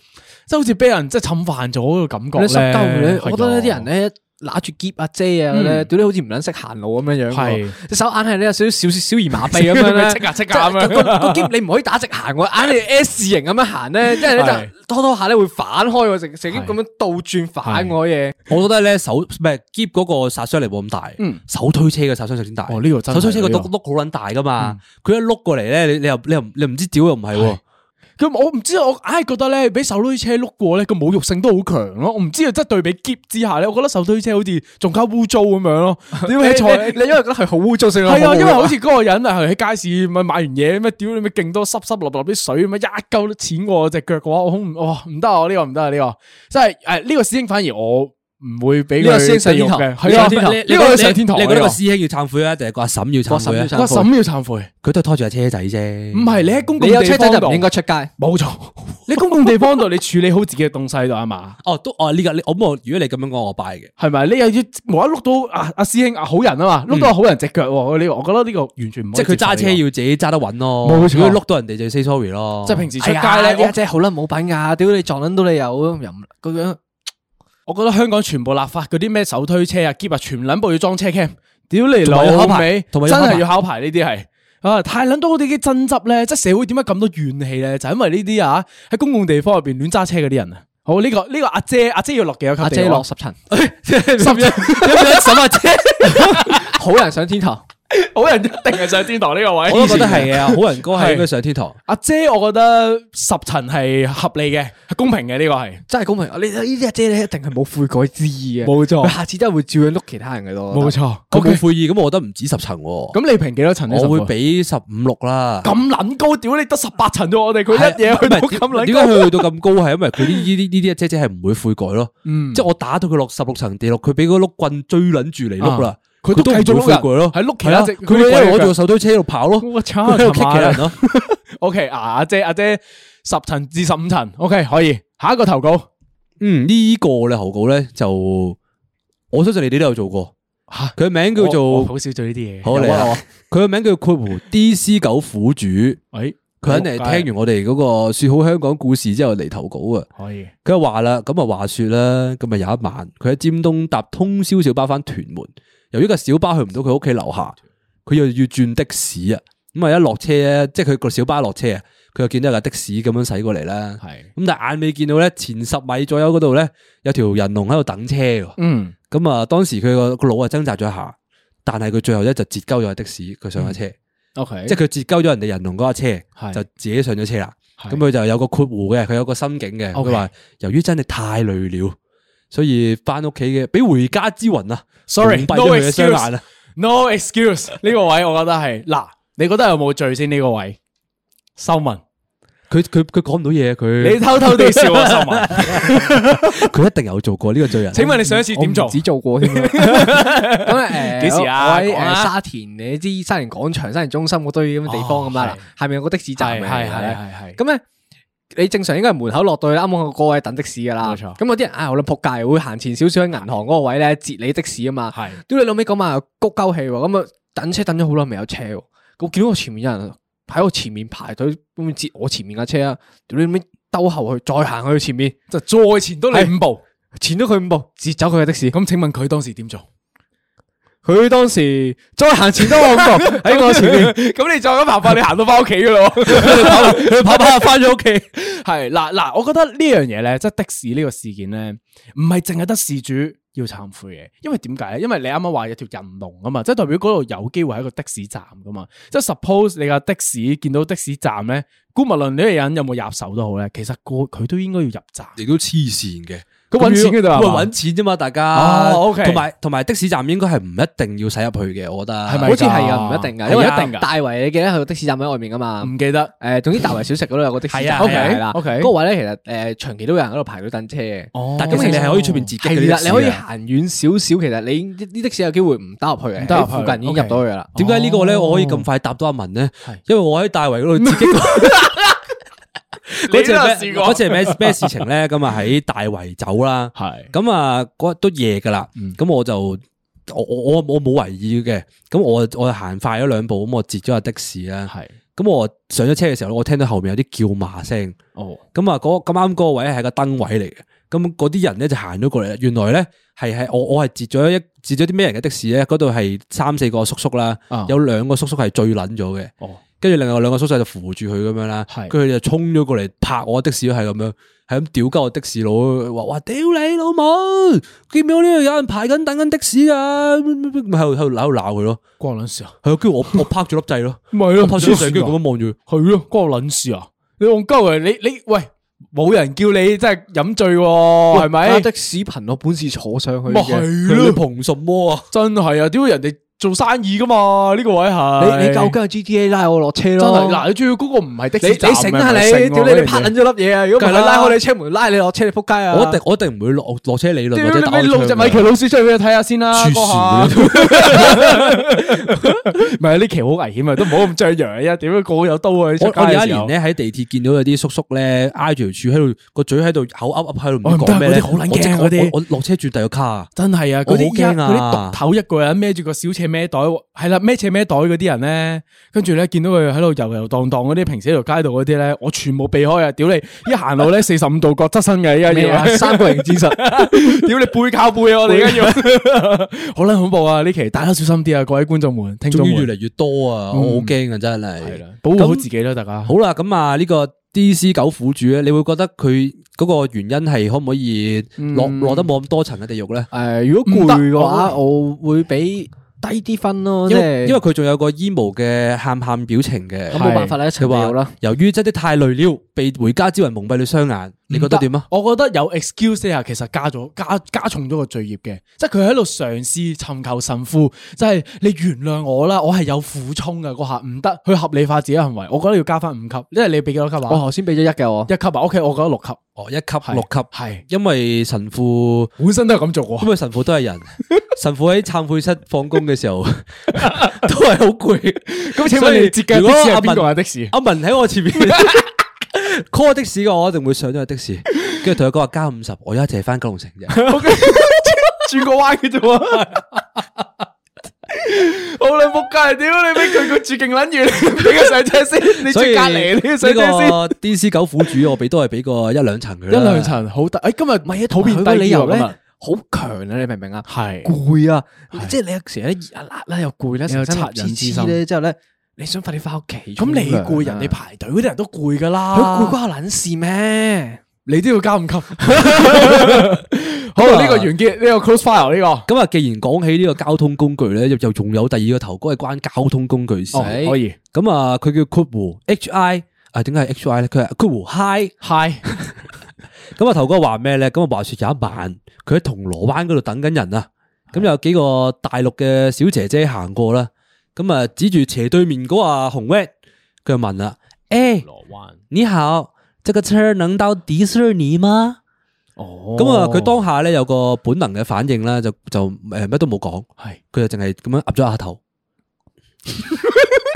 B: 係好似俾人即係侵犯咗嗰個感覺
A: 你濕鳩
B: 咧
A: 你，。我覺得呢啲人咧啊揦住夾啊遮啊咧，
B: 嗯
A: 屌你好似唔撚識行路咁樣樣
B: 係
A: 喎，隻手硬係咧有少少少少兒麻痹咁樣咧，
B: 即刻即刻咁樣
A: 即係個個夾你唔可以打直行 喎，硬係 S 型咁樣行咧，因為咧
B: 係
A: 就拖拖下咧會反開喎，成成咁樣倒轉反我嘢，
D: 我覺得咧手唔係夾嗰個殺傷力冇咁大，手推車嘅殺傷力先大。
B: 嗯哦呢個真係
D: 手推車個
B: 呢
D: 碌
B: 個
D: 碌好撚大噶嘛，佢一碌過嚟咧，你你又你又你又唔知屌又唔係喎
B: 係。咁我唔知，我硬係覺得咧，俾手推車碌過咧，個侮辱性都好強咯。我唔知啊，即係對比夾之下咧，我覺得手推車好似仲加污糟咁樣咯。點解
A: 你
B: 菜？
A: 你你因為覺得佢好污糟性
B: 係啊，因為好似嗰個人啊，係喺街市咪買完嘢咩？屌你咪勁多濕濕立立啲水咁樣一鳩都濺我只腳嘅話，我好唔哇唔得啊！我呢個唔得啊！呢個即係誒呢個師兄反而我唔會俾
A: 呢個
B: 佢
A: 師兄上
B: 地獄
A: 天堂
B: 嘅，
A: 呢
B: 係
A: 個
B: 啊，
A: 上天堂
D: 你
B: 呢
D: 你
B: 個要上天堂啊。
D: 你覺得個
B: 呢
D: 師兄要�़悔啊，定係個阿嬸要懺悔嗯
A: 個嬸要
D: 啊
A: 懺？
B: 個個嬸要懺悔，
D: 佢都係拖住架車仔啫。
B: 唔係你喺公共
A: 你有
B: 地
A: 車仔
B: 方
A: 就
B: 度
A: 唔應該出街。
B: 冇錯，你公共地方度你處理好自己嘅東西度啊嘛。
D: 哦，都哦呢個你我咁我如果你咁樣講我拜嘅。
B: 系咪？你又要無啦碌到啊阿師兄啊好人啊嘛，碌到阿好人只腳喎。呢個我覺得呢個完全唔可
D: 即
B: 以
D: 係佢揸車
B: 接受呢
D: 要自己揸得穩咯，
B: 冇錯
D: 如果碌到人哋就要 say sorry 咯。
B: 個，即係平時出
A: 出街
B: 街
A: 咧，
B: 咧，
A: 家姐好撚冇品㗎，屌你撞撚到你又咁又唔咁樣。
B: 我我覺得香港全部立法嗰啲咩手推車啊、箧啊，全撚部要裝車 cam，屌你
D: 同埋要考
B: 老
D: 牌
B: 味，
D: 同
B: 真係
D: 埋要考牌
B: 要考牌呢啲係。啊！太撚多嗰啲嘅爭執咧，即係社會點解咁多怨氣咧？就因為呢啲啊喺公共地方入邊亂揸車嗰啲人啊。好呢、個呢、個阿姐，阿姐要落幾多級地
A: 阿
B: 啊？
A: 姐落十層，
D: 係心一審阿姐，
A: 好人上天堂。
B: 好人一定係上天堂呢個位。
D: 我都覺得係啊，好人哥係
B: 係
D: 應該上天堂。
B: 阿姐，我覺得十層係合理嘅，係公平嘅呢個係。
A: 真係公平，你呢啲阿姐咧一定係冇悔改之意嘅，
B: 冇錯
A: 佢下次真係會照樣碌其他人嘅咯。
B: 冇錯
D: 佢
B: ，OK
D: 冇悔意，咁我覺得唔止十層喎。
B: 咁你評幾多層呢？
D: 我會
B: 十個
D: 俾十五六啦。啊
B: 咁撚高，屌你得十八層啫喎！我哋佢一嘢去到咁撚高，
D: 點解佢去到咁高？係因為佢呢呢啲呢啲姐姐係唔會悔改咯。
B: 嗯
D: 即係我打到佢落十六層地六，佢俾嗰碌棍追撚住嚟碌啦，
B: 啊佢都
D: 唔
B: 繼續
D: 會
B: 碌
D: 悔
B: 人
D: 改咯。
B: 係碌其
D: 係
B: 他
D: 啊
B: 隻啊
D: 佢
B: 佢
D: 因為
B: 鬼
D: 攞
B: 腳
D: 住個手推車喺度跑咯，
B: 我操
D: 佢喺度
B: 佢
D: kick 其他人咯。
B: OK，啊阿姐阿姐十层至十五层，OK 可以。下一个投稿
D: 嗯，呢個咧投稿咧就我相信你哋都有做過。
B: 吓
D: 佢名叫
B: 我我
D: 做
B: 好少做呢啲嘢。
D: 好嚟
B: 有啊
D: 啊，佢個名叫括弧 D.C. 九苦主。
B: 我诶，
D: 佢肯定係聽完我哋嗰個说好香港故事之後嚟投稿啊。
B: 可以。
D: 佢就話啦，咁啊話说啦，咁啊有一晚，佢喺尖東搭通宵小巴翻屯門，由於架小巴去唔到佢屋企樓下，佢又要轉的士啊。咁啊一落車咧，即係佢個小巴落車啊，佢又見到有架的士咁樣駛過嚟啦。
B: 係
D: 咁，但係眼尾見到咧前十米左右嗰度咧有條人龍喺度等車喎。
B: 嗯，
D: 咁啊，當時佢個個腦啊掙扎咗一下，但係佢最後咧就截鳩咗架的士，佢上咗車。
B: OK，
D: 即係佢截鳩咗人哋人龍嗰架
B: 嗯係
D: 車，就自己上咗車啦。
B: 係
D: 咁佢就有個括弧嘅，佢有個心境嘅。
B: OK
D: 佢話由於真係太累了，所以翻屋企嘅俾回家之魂啊
B: Sorry，
D: 蒙蔽咗
B: no
D: 佢嘅雙眼啊。
B: no excuse 呢個位，我覺得係嗱，你覺得有冇罪先呢個位？修文，
D: 佢佢佢講唔到嘢，
B: 你
D: 佢
B: 偷偷地笑啊，修 文。
D: 佢一定有做過呢個罪人。
B: 請問你上一次點做？
A: 只做過添 啊。咁诶，
B: 幾時啊
A: 我喺
B: 講啊
A: 誒沙田，你知沙田廣場、沙田中心嗰堆咁嘅地方咁啦
B: 哦，
A: 下面有個的士站嘅，
B: 係係
A: 係咪
B: 係係係
A: 咁咧。你正常應該係門口落到去啱啱個位等的士噶啦，
B: 冇錯
A: 咁有啲人唉，我哋仆街會行前少少喺銀行嗰個位咧截你的士啊嘛，
B: 係
A: 屌你老尾嗰晚又谷鳩氣喎，咁啊等車等咗好耐未有車喎，我見到我前面有人喺我前面排隊，咁截我前面架車啊，屌你老尾兜後去再行去前面，
B: 就再前多你五步。
A: 前咗佢五步截走佢嘅的士。
B: 咁請問佢當時點做？
A: 佢當時再行前多我五步喺我前面，
B: 咁你再咁行法，你行到翻屋企噶咯。
D: 佢 跑跑下翻咗屋企，
B: 係嗱嗱，我覺得呢樣嘢咧，即係的士呢個事件咧，唔係淨係得事主要懺悔嘅，因為點解咧？因為你啱啱話有條人龍啊嘛，即係代表嗰度有機會係一個的士站噶嘛。即係 suppose 你架的士見到的士站咧，估無論呢個人有冇入手都好咧，其實個佢都應該要入站。
D: 亦都黐線嘅。
B: 佢搵錢嘅咋係嘛
D: 搵錢啫嘛，大
B: 哦
D: 家。
B: ，OK
D: 同埋同埋的士站應該係唔一定要駛入去嘅，我覺得。
B: 係咪
A: 好似係啊，唔一定噶，
B: 係
A: 因為
B: 一定㗎
A: 大圍你記得佢個的士站喺外面噶嘛。
B: 唔記得
A: 誒，總之大圍小食嗰度有個的士
B: 係啊
A: 站，
B: 係啊
A: 係啦
B: OK
A: 嗰個位咧，其實誒長期都有人喺度排隊等車嘅。
B: 哦
D: 但其實你係可以出面截擊嗰啲啊
A: 係
D: 的
A: 啦，
D: 士
A: 你可以
D: 嘅
A: 行遠少少，其實你呢啲的士有機會唔得入去嘅，
B: 唔得入
A: 喺
B: 去
A: 附近已經入到去噶啦。
D: 點解呢個咧
B: 哦
D: 我可以咁快答到阿文咧
B: 係？
D: 因為我喺大圍嗰度 自己。 嗰次係咩？嗰次係咩咩事情咧？咁啊喺大圍走啦，
B: 係
D: 咁啊嗰日都夜噶啦，
B: 嗯
D: 咁我就我我我我冇為意嘅，咁我我行快咗兩步，咁我截咗架的士啦，
B: 係
D: 咁我上咗車嘅時候咧，我聽到後面有啲叫罵聲，
B: 哦
D: 咁啊嗰咁啱嗰個位係個燈位嚟嘅，咁嗰啲人咧就行咗過嚟啦，原來咧係係我我係截咗一截咗啲咩人嘅的士咧，嗰度係三四個叔叔啦
B: 啊，
D: 有兩個叔叔係醉撚咗嘅。
B: 哦
D: 跟住另外兩個叔叔就扶住佢咁樣啦，
B: 係
D: 跟住佢就衝咗過嚟拍我的士，係咁樣，係咁屌鳩我的士佬，話哇屌你老母，見唔見到呢度有人排緊等緊的士噶？咪喺度喺度鬧鬧佢咯，
B: 關我撚事啊！
D: 係啊，跟住我我拍住粒掣 咯，
B: 咪
D: 我
B: 咯
D: 拍住粒掣，跟住咁樣望住佢，
B: 系咯，关我捻事啊！你戇鳩啊！你你喂，冇人叫你真係飲醉喎，哦係咪
A: 啊？的士憑我本事坐上去
B: 咪
A: 嘅，
B: 哦係
D: 佢
B: 咯，
D: 憑什麼啊？
B: 真係啊！屌人哋做生意噶嘛？呢個位係
A: 你你夠姜 GTA 拉我落車
B: 真
A: 咯。
B: 係嗱，你仲要嗰個唔係的
A: 你
B: 士站
A: 你
B: 嘅
A: 醒下
B: 咪
A: 你，
B: 醒
A: 屌
B: 喎
A: 你你
B: 嗰樣
A: 拍
B: 嘢
A: 撚咗粒嘢啊！如果唔
D: 梗
A: 係
D: 係啦
A: 拉開你車門，拉你落車，你仆街啊！
D: 我一定我一定唔會落落車理論或者打
B: 屌你
D: 我
B: 咪六隻米奇
D: 槍啊
B: 老鼠出去俾你睇下先啦，
D: 黐
B: 嗰
D: 線
B: 下 唔係呢期好危險啊！都唔好咁張揚啊！點解個個有刀啊？
D: 我
B: 出街
D: 我有
B: 嘅時
D: 一年
B: 候
D: 咧喺地鐵見到有啲叔叔咧挨住條柱喺度個嘴喺度口噏噏喺度
B: 哦
D: 唔
B: 唔
D: 知
B: 得
D: 講咩咧，
B: 嗰啲好撚
D: 我即
B: 驚嗰
D: 我
B: 啲
D: 我我落車轉第二個卡啊！
B: 真係啊！嗰
D: 我
B: 啲
D: 好驚啊
B: 嗰啲獨頭一個人孭住個小斜孭袋，係啦孭斜孭袋嗰啲人咧，跟住咧見到佢喺度遊遊蕩蕩嗰啲，平時喺條街度嗰啲咧，我全部避開啊！屌你，一行路咧四十五度角側身嘅，依家
A: 咩
B: 要
A: 啊？三個人戰術，
B: 屌你背靠背啊！ 我哋而家要，好撚恐怖啊！呢期大家小心啲啊，各位觀眾們、聽
D: 終
B: 眾
D: 於越
B: 們，嗯
D: 嚟越多啊！我好驚啊，真係。
B: 係啦，保護好
D: 咁
B: 自己啦，大家。
D: 好啦，咁啊呢個 D.C. 九苦主啊咧，你會覺得佢嗰個原因係可唔可以落
B: 嗯
D: 落得冇咁多層嘅地獄咧？
A: 誒，如果攰嘅
B: 唔
A: 嗯話，
B: 得
A: 我會俾低啲分
B: 嗯
A: 咯，即
D: 因為
A: 係
D: 因為佢仲有個 emo 嘅喊喊表情嘅，
A: 咁冇辦法啦，一齊
D: 佢
A: 掉
D: 話
A: 啦。
D: 由於真的太累了，被回家之魂蒙蔽了雙眼，你覺得點啊？
B: 我覺得有 excuse 下，其實加咗加加重咗個罪孽嘅，即係佢喺度嘗試尋求神父，即係你原諒我啦，我係有苦衷嘅嗰下唔得，去合理化自己嘅行為，我覺得要加翻五級，因為你俾幾多級
A: 我
B: 啊？
A: 頭先俾咗一嘅我
B: 一。級啊，OK，我覺得六級，
D: 哦，一級六級，
B: 係
D: 因為神父。
B: 本身都係咁做過
D: 因。為神父都係人，神父喺懺悔室放工嘅 時候都係好攰。咁
B: 請問你接嘅的士係邊個啊
D: 阿
B: 的士
D: 文阿文喺我前面 call 的士嘅，我一定會上咗去的士，跟住同佢講話加五十，我而家淨係翻九龍城 啫。
B: 转个弯嘅啫喎。好啦，仆街！屌你俾佢個絕勁 撚完，俾佢上車先，你
D: 所
B: 轉
D: 以
B: 隔離，你要上車先。
D: 呢個 D C 九苦主，我俾都係俾個一兩層佢啦。
B: 一兩層好得，誒今日唔係啊，普遍
A: 佢
B: 低
A: 個理由咧
B: 咧，
A: 好強啊！你明唔明啊？
B: 係
A: 攰啊！即係你有時咧熱辣辣啦，又攰啦，
B: 你有
A: 成身
B: 惻隱之
A: 黐黐
B: 心
A: 咧，之後咧你想快啲翻屋企。
B: 咁你
A: 沖涼啊
B: 攰人哋，排隊嗰啲人都攰噶啦，
A: 佢攰關我撚事咩？
B: 你都要交 五級。好，呢個完結，呢個 close file 呢個。
D: 咁啊，既然講起呢個交通工具咧，又又仲有第二個頭哥係關交通工具事。
B: 哦可以。
D: 咁啊，佢叫括弧 H I 啊，點解係 H I 咧？佢係括弧 Hi。
B: Hi，
D: 咁啊，頭哥話咩咧？咁啊，話說有一晚，佢喺銅鑼灣嗰度等緊人啊，咁有幾個大陸嘅小姐姐行過啦，咁啊指住斜對面嗰啊紅 van，佢就問啦：，誒、你好，這個車能到迪士尼嗎？
B: 哦
D: 咁啊，佢當下咧有個本能嘅反應啦，就就誒乜都冇講，
B: 係
D: 佢就淨係咁樣岌咗下頭。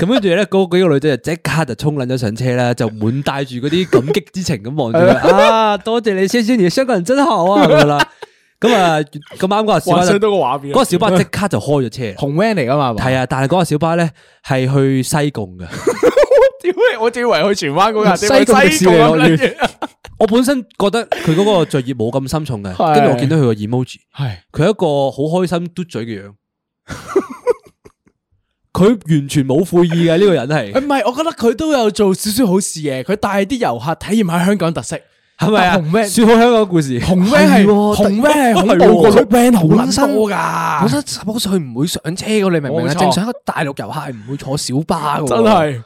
D: 咁跟住咧，嗰幾個女仔就即刻就衝撚咗上車啦，就滿帶住嗰啲感激之情咁望住 佢啊！多謝你，先生，你香港人真好啊咁樣啦。咁啊，咁啱嗰個小巴
B: 幻
D: 就
B: 想到
D: 嗰
B: 個畫面啊，
D: 個小巴即刻就開咗 車。
B: 紅 van 嚟噶嘛？係嘛
D: 係啊，但係嗰個小巴咧係去西貢嘅。
B: 屌你，我仲以為去荃灣嗰架
A: 西貢迪士尼樂園
D: 我本身覺得佢嗰個罪孽冇咁深重嘅，
B: 係
D: 跟住我見到佢個 emoji。
B: 係
D: 佢一個好開心嘟嘴嘅樣，佢完全冇悔意嘅呢個人係，
B: 唔係，我覺得佢都有做少少好事嘅，佢帶啲遊客體驗下香港特色。
D: 係咪啊？
B: 但紅 van
D: 說好香港故事，
B: 紅 van 係啊
A: 係喎
B: 紅 van 係恐
A: 係
B: 怖
A: 喎
B: 過綠 van 好
A: 本
B: 撚
A: 身
B: 多㗎
A: 本，身 suppose 佢唔會上車噶，你明唔明
B: 冇
A: 啊？
B: 錯
A: 正常一個大陸遊客係唔會坐小巴噶，
B: 真。係。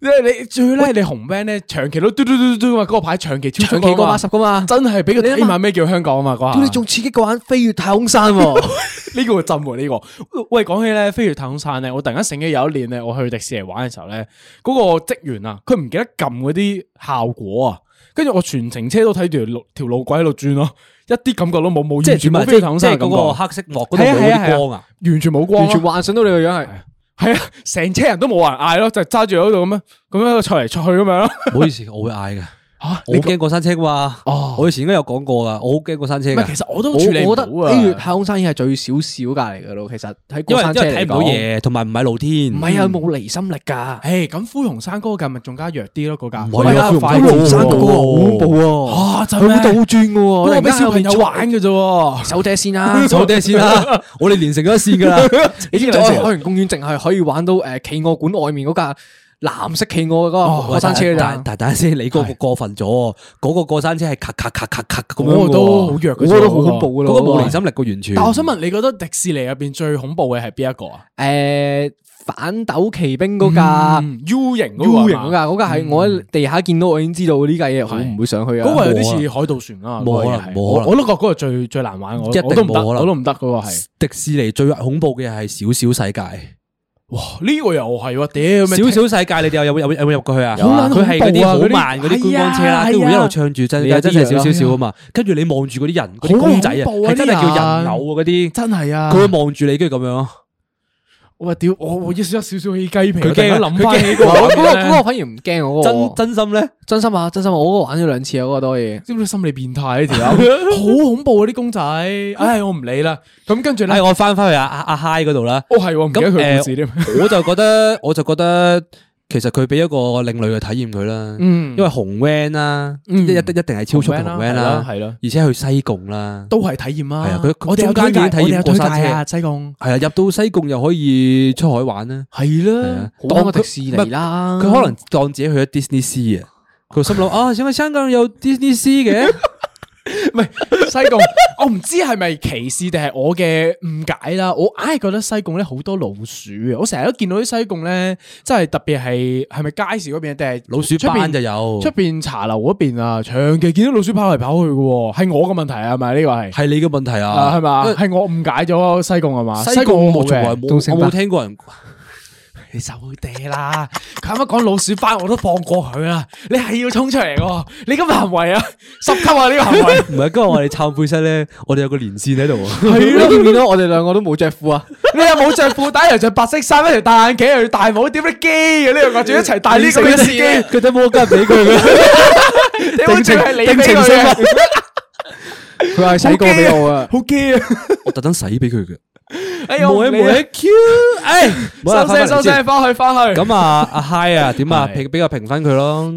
B: 即係你最叻，你紅 van 咧長期都嘟嘟嘟嘟嘛，嗰個牌長期超
A: 長期過八十噶嘛，
B: 真係俾佢
A: 你諗
B: 睇
A: 下
B: 下咩叫香港啊嘛嗰下。
A: 屌你仲刺激過玩飛越太空 山喎！
B: 呢個浸啊喎呢個。喂，講起咧飛越太空山咧，我突然間醒起有一年咧，我去迪士尼玩嘅時候咧，嗰、個職員啊，佢唔記得撳嗰啲效果啊，跟住我全程車都睇住條路條路軌喺度轉咯，一啲感覺都冇，冇
D: 即
B: 完
D: 係
B: 全
D: 點啊？
B: 冇
D: 即
B: 飛越太
D: 係
B: 空
D: 即
B: 山
D: 係
B: 嘅感
D: 嗰個
B: 覺，
D: 黑色幕嗰度
B: 係啊
D: 冇
B: 係啊
D: 啲
B: 係啊
D: 光啊！
B: 完全冇光
A: 完
B: 啊
A: 全幻想到你個樣係
B: 係啊，成車人都冇人嗌咯，就揸住喺度咁樣，咁樣坐嚟坐去咁樣咯。
D: 唔好意思，我會嗌嘅，
B: 嚇
D: 我好驚過山車噶嘛。
B: 哦
D: 我以前應該有講過噶，我好驚過山車
B: 唔
D: 噶
B: 係，其，實我都
A: 我
B: 處理唔
A: 我覺
B: 到
A: 得
B: 啊。
A: 飛越太空山已經係最少少隔嚟噶咯，其實喺
D: 因
A: 過
D: 為因
A: 山車
D: 為睇
A: 嚟
D: 唔到
A: 講，
D: 嘢，同埋唔係露天。
A: 唔係啊，冇離心力㗎。
B: 誒，咁灰熊山嗰個咪仲加弱啲咯，嗰架。
D: 唔係啊
B: 喂
D: 灰
B: 快
D: 熊山嗰個
A: 山嗰個好恐怖
D: 아,
B: 啲
A: 喎，
B: 啊，真
A: 佢
B: 係咩
A: 會倒轉噶喎，
B: 嗰個俾小朋友啊玩嘅啫喎。
A: 手嗲先 啦，
D: 坐低先啦，我哋連成咗一線噶啦。
A: 你知唔知我喺海洋公園淨係可以玩到誒企鵝館外面嗰架藍色企鵝嗰個
B: 哦
A: 過山車㗎咋
D: 哦但？但但先，你嗰個過分咗，嗰個過山車係咔咔咔咔咔咁
B: 嗰個
D: 樣㗎喎
B: 都好弱嘅啫，
A: 我覺得好恐怖㗎
D: 嗰
A: 咯
D: 個冇離心力個完全。
B: 但我想問，你覺得迪士尼入邊最恐怖嘅係邊一個啊？
A: 誒反斗奇兵嗰
B: 嗯
A: 架
B: 啊 U 型嗰個
A: U
B: 係
A: 型
B: 嘛
A: 嗰架，嗰架係我喺地下見到，我已經知道呢架嘢，我唔會上去啊。
B: 嗯嗰個有啲
D: 冇
B: 似海盜船啊，
D: 冇可
B: 嗰個
D: 能
B: 嘢係
D: 冇可能
B: 我我都覺得嗰個最最難玩，我
D: 一定
B: 我都唔得，
D: 冇可能
B: 我都唔得嗰個係。
D: 迪士尼最恐怖嘅係小小世界，
B: 哇！呢個又係喎，屌咩？
D: 小小世界你哋有有有有冇入過去啊？
A: 有啊
D: 佢係嗰啲好慢
B: 嗰
D: 嗰
B: 啲
D: 啲觀光車
B: 係啊
D: 啦，跟住會一路唱住真
A: 你有啲
D: 真係少
A: 弱
D: 少
A: 啦
D: 少啊嘛，跟住你望住嗰啲人嗰啲公仔啊，
B: 好恐怖啊
D: 係真係
B: 啲
D: 叫
B: 人
D: 人偶啊嗰啲，
B: 真係啊！
D: 佢會望住你跟住咁樣咯。
B: 我屌我我一少一少少起雞皮，我
D: 佢驚
B: 突然間諗翻起
D: 佢
B: 嗰個
D: 驚
A: 我
B: 畫
A: 嗰
B: 面咧，
A: 個嗰個我反而唔驚，
B: 哦
A: 我嗰
D: 真
A: 個
D: 真心咧，
A: 真心啊，真心啊，我嗰個玩咗兩次啊，嗰個多嘢。
B: 知唔知心理變態呢 條友好恐怖啊！啲公仔，唉，我唔理啦。咁跟住咧
D: 哎，，我翻翻去阿阿阿 Hi 嗰度啦。
B: 哦係喎，唔記得佢故事添。
D: 我就覺得，我就覺得，其實佢俾一個另類嘅體驗佢啦。
B: 嗯
D: 因為紅 van 啦，一
B: 嗯
D: 一定一定係超速同
A: 啊
B: 紅 van 啦係
D: 紅 van
B: 啦
D: 啦，
B: 係啦
D: 而且去西貢啦，
B: 都啊係體驗啊！
D: 係啊佢佢
B: 我哋有推
D: 中間
B: 介，
D: 已經體驗
B: 我哋有推
D: 過
B: 介
D: 山車
B: 啊，西貢
D: 係啊，入到西貢又可以出海玩啦。
B: 係
D: 係
B: 啦
D: 啊。
A: 好當
D: 當
A: 個
D: 佢
A: 迪士尼啦，
D: 佢可能 當自己去咗 Disney Sea 啊，佢心諗啊，點解香港有 Disney Sea 嘅？
B: 唔系西贡，我唔知系咪歧视定系我嘅误解啦。我硬系觉得西贡咧好多老鼠啊！我成日都见到啲西贡咧，即系特别系系咪街市嗰边定系
D: 老鼠斑就有
B: 出边茶楼嗰边啊，长期见到老鼠跑嚟跑去嘅喎，系我嘅问题啊？系咪呢个系？
D: 系你嘅问题啊，
B: 啊，系嘛？
D: 因為
B: 系我误解咗西貢係嘛？
D: 西贡
B: 貢好
D: 我从来
B: 嘅，
D: 冇
A: 都姓
D: 我冇
A: 白
D: 听过人，
B: 你收嗲啦！佢啱啱講老鼠斑，我都放過佢啦。你係要衝出嚟喎，你咁嘅行為啊，十級啊呢個行為
D: 唔系今日我哋忏悔室咧，我哋有个连线喺度啊。
A: 你见唔见到我哋两个都冇着裤啊？
B: 你又冇着褲帶，又着白色衫，一條戴眼鏡，又要戴帽，點你機嘅呢兩個仲要一齊戴呢個嘅司機，
D: 佢都冇跟俾佢嘅，
B: 你好似係你俾
A: 定情
B: 佢
A: 信
B: 嘅，
A: 佢話洗過俾我啊！
B: 啊好驚啊！
D: 我特登洗俾佢嘅。
B: 哎呀，
D: 冇
B: 我
D: 嘢
B: 唔理
D: 冇
B: 啊
D: 嘢 Q，哎，冇啦
B: 收聲收。
D: 翻返
B: 聲，
D: 嚟
B: 翻去翻去。
D: 先咁啊，阿 Hi 啊，點啊？
B: 係嗯
D: 評比較評分佢咯。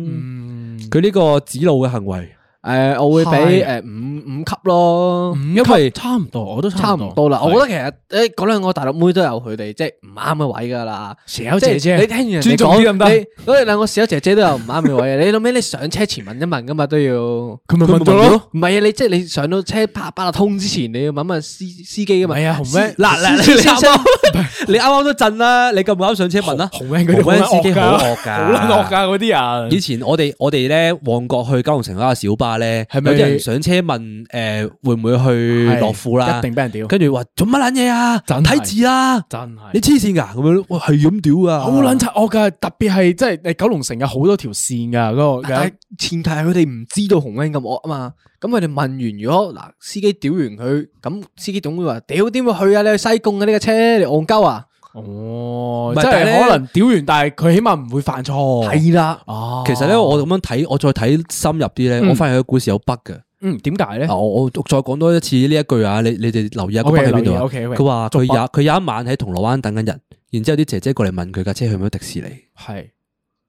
D: 佢呢個指路嘅行為，
A: 诶，我會俾
B: 係
A: 诶五五級咯，
B: 五級
A: 因為
B: 差唔多，我都
A: 差唔多啦。我覺得其實诶嗰兩個大陸妹都有佢哋即係唔啱嘅位㗎啦。
B: 小
A: 即係
B: 姐姐，
A: 你聽完人哋
B: 尊重啲得唔得
A: 講，你嗰兩個小姐姐都有唔啱嘅位嘅。你 到尾你上車前問一問㗎嘛，都要佢
B: 咪問咗咯。
A: 唔係啊，你即係你上到車八八達通之前，你要問問司司機㗎嘛。
B: 係啊紅咩
A: 司嗱嗱，
D: 你
A: 你
D: 啱啱你啱啱都震啦，你咁啱上車問啦。
B: 紅 van 嗰啲
D: 紅 van
B: 好撚
D: 司機
B: 惡㗎
D: 好惡㗎，
B: 好撚惡㗎嗰啲人。
D: 以前我哋我哋咧旺角去九龍城嗰架小巴咧，有
B: 係咪
D: 啲人上車問诶會唔會去
B: 係
D: 樂富啦，
B: 一定俾人屌
D: 跟住話做乜撚嘢啊？
B: 真係
D: 睇字啊！
B: 真係
D: 你黐線㗎咁樣，哇係咁屌啊！
B: 好撚柒惡噶，特別係即係誒九龍城有好多條線噶
D: 啊
B: 嗰個，
A: 但係前提係佢哋唔知道紅 van 咁惡啊嘛，咁佢哋問完如果嗱司機屌完佢，咁司機總會話：屌點會去啊？你去西貢嘅呢個車，你戇鳩啊！
B: 哦
D: 唔係
B: 即
D: 但係咧
B: 係可能屌完，但係佢起碼唔會犯錯。
A: 係啦，
B: 哦，
D: 其實咧，我咁樣睇，我再睇深入啲咧，我發現佢故事有 bug 嘅。
B: 嗯點解咧
D: 嗱，？我我再講多一次呢一句啊，你你哋留意下個
B: OK，
D: 北喺邊度
B: 留
D: 啊。
B: 意，OK，OK，
D: 佢話佢
B: 逐
D: 有
B: 北
D: 佢有一晚喺銅鑼灣等緊人，然之後啲姐姐過嚟問佢架車去唔去迪士尼，
B: 係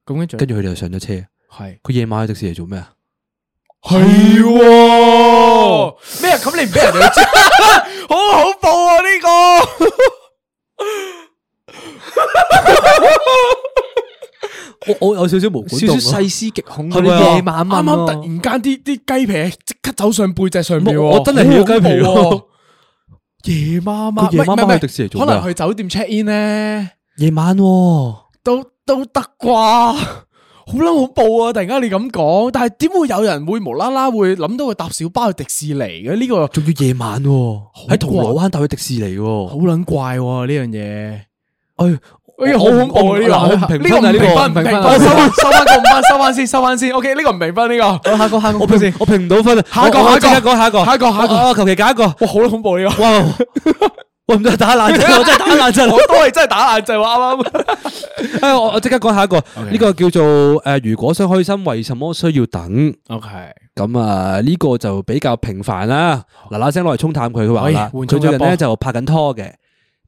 B: 咁跟住
D: 跟住佢哋就上咗車。
B: 係
D: 佢夜晚去迪士尼做咩啊？
B: 係喎咩啊？咁你唔俾 人哋知，好恐怖啊！呢個
D: 我我有少少毛管
A: 少少
D: 動啊
A: 細思極恐嗰
D: 係咪啊
A: 啲夜晚
B: 啱
A: 問
B: 啱
A: 咯
B: 突然間啲啲雞皮即刻走上背脊上面喎，
D: 我我真係起咗雞皮
B: 好恐怖
D: 喎
B: 喎。夜媽媽，
D: 佢夜媽媽
B: 唔係唔係
D: 去迪士尼做
B: 可
D: 咩啊
B: 能去酒店 check in 咧。
D: 夜晚喎
B: 都都得啩，好撚恐怖啊！突然間你咁講，但係點會有人會無啦啦會諗到去搭小巴去迪士尼嘅？呢、個
D: 仲要夜晚喎喺銅鑼灣搭去迪士尼
B: 好
D: 喎。
B: 撚怪喎呢樣嘢。
D: 哎，
B: 哎呀，好恐怖啊！呢
D: 我我唔
B: 個
D: 評
B: 呢個
D: 分啊
B: 唔
D: 呢個
B: 評分，唔評分，我收翻收翻個五分，收翻先，收翻先。OK，呢個唔評分呢個。下個下個
D: 我評我評唔到分啊！
B: 下一個
D: 我我
B: 下一個
D: 即刻講下一個，
B: 下一個下一個
D: 我我求其揀一個。
B: 哇，好撚恐怖呢 個。
D: 哇！ 我唔得 打冷震，我真係打冷震。
B: 我都係真係打眼掣喎，啱啱。
D: 哎，我我即刻講下一個，呢個叫做诶，如果想開心，為什麼需要等？
B: OK，
D: 咁啊，呢個就比較平凡啦。嗱嗱聲攞嚟沖淡佢，佢話
B: 可以
D: 啦，
B: 哎換
D: 佢
B: 沖
D: 最
B: 一
D: 近咧
B: 波
D: 就拍緊拖嘅。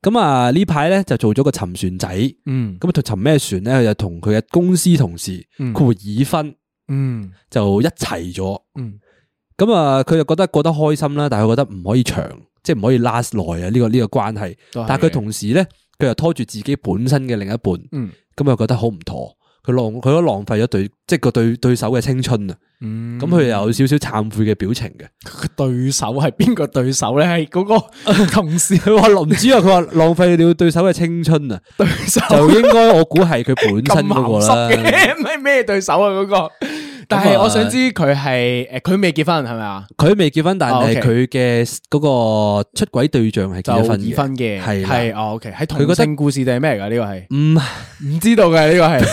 D: 咁啊呢排咧就做咗個沉船仔，咁
B: 嗯
D: 佢沉咩船咧？佢就同佢嘅公司同事，
B: 嗯
D: 佢會已婚
B: 嗯
D: 就一齊咗。
B: 嗯，
D: 咁啊，佢就覺得過得開心啦，但係佢覺得唔可以長，即係唔可以 last 耐啊！呢個呢個關係。
B: 都係嘅
D: 但係佢同時咧，佢又拖住自己本身嘅另一半，
B: 嗯
D: 咁又覺得好唔妥。佢浪佢都浪費咗對，即係個對對手嘅青春啊！
B: 嗯
D: 咁佢又有少少慚愧嘅表情嘅。
B: 佢對手係邊個對手咧？係嗰 個同事
D: 佢話唔知啊，佢話浪費了對手嘅青春啊，
B: 對手。
D: 就應該我估係佢本身嗰個
B: 咁鹹濕
D: 啦。
B: 嘅，咩咩對手啊嗰個？但係我想知佢係诶，佢未結婚係咪啊？
D: 佢未結婚，但
B: 哦，OK
D: 係佢嘅嗰個出軌對象係
B: 就
D: 結咗
B: 已婚嘅，
D: 係啦
B: 係哦，OK，係
D: 佢
B: 同
D: 覺得
B: 性故事定係咩嚟噶？呢個係
D: 唔
B: 唔知道嘅呢個係，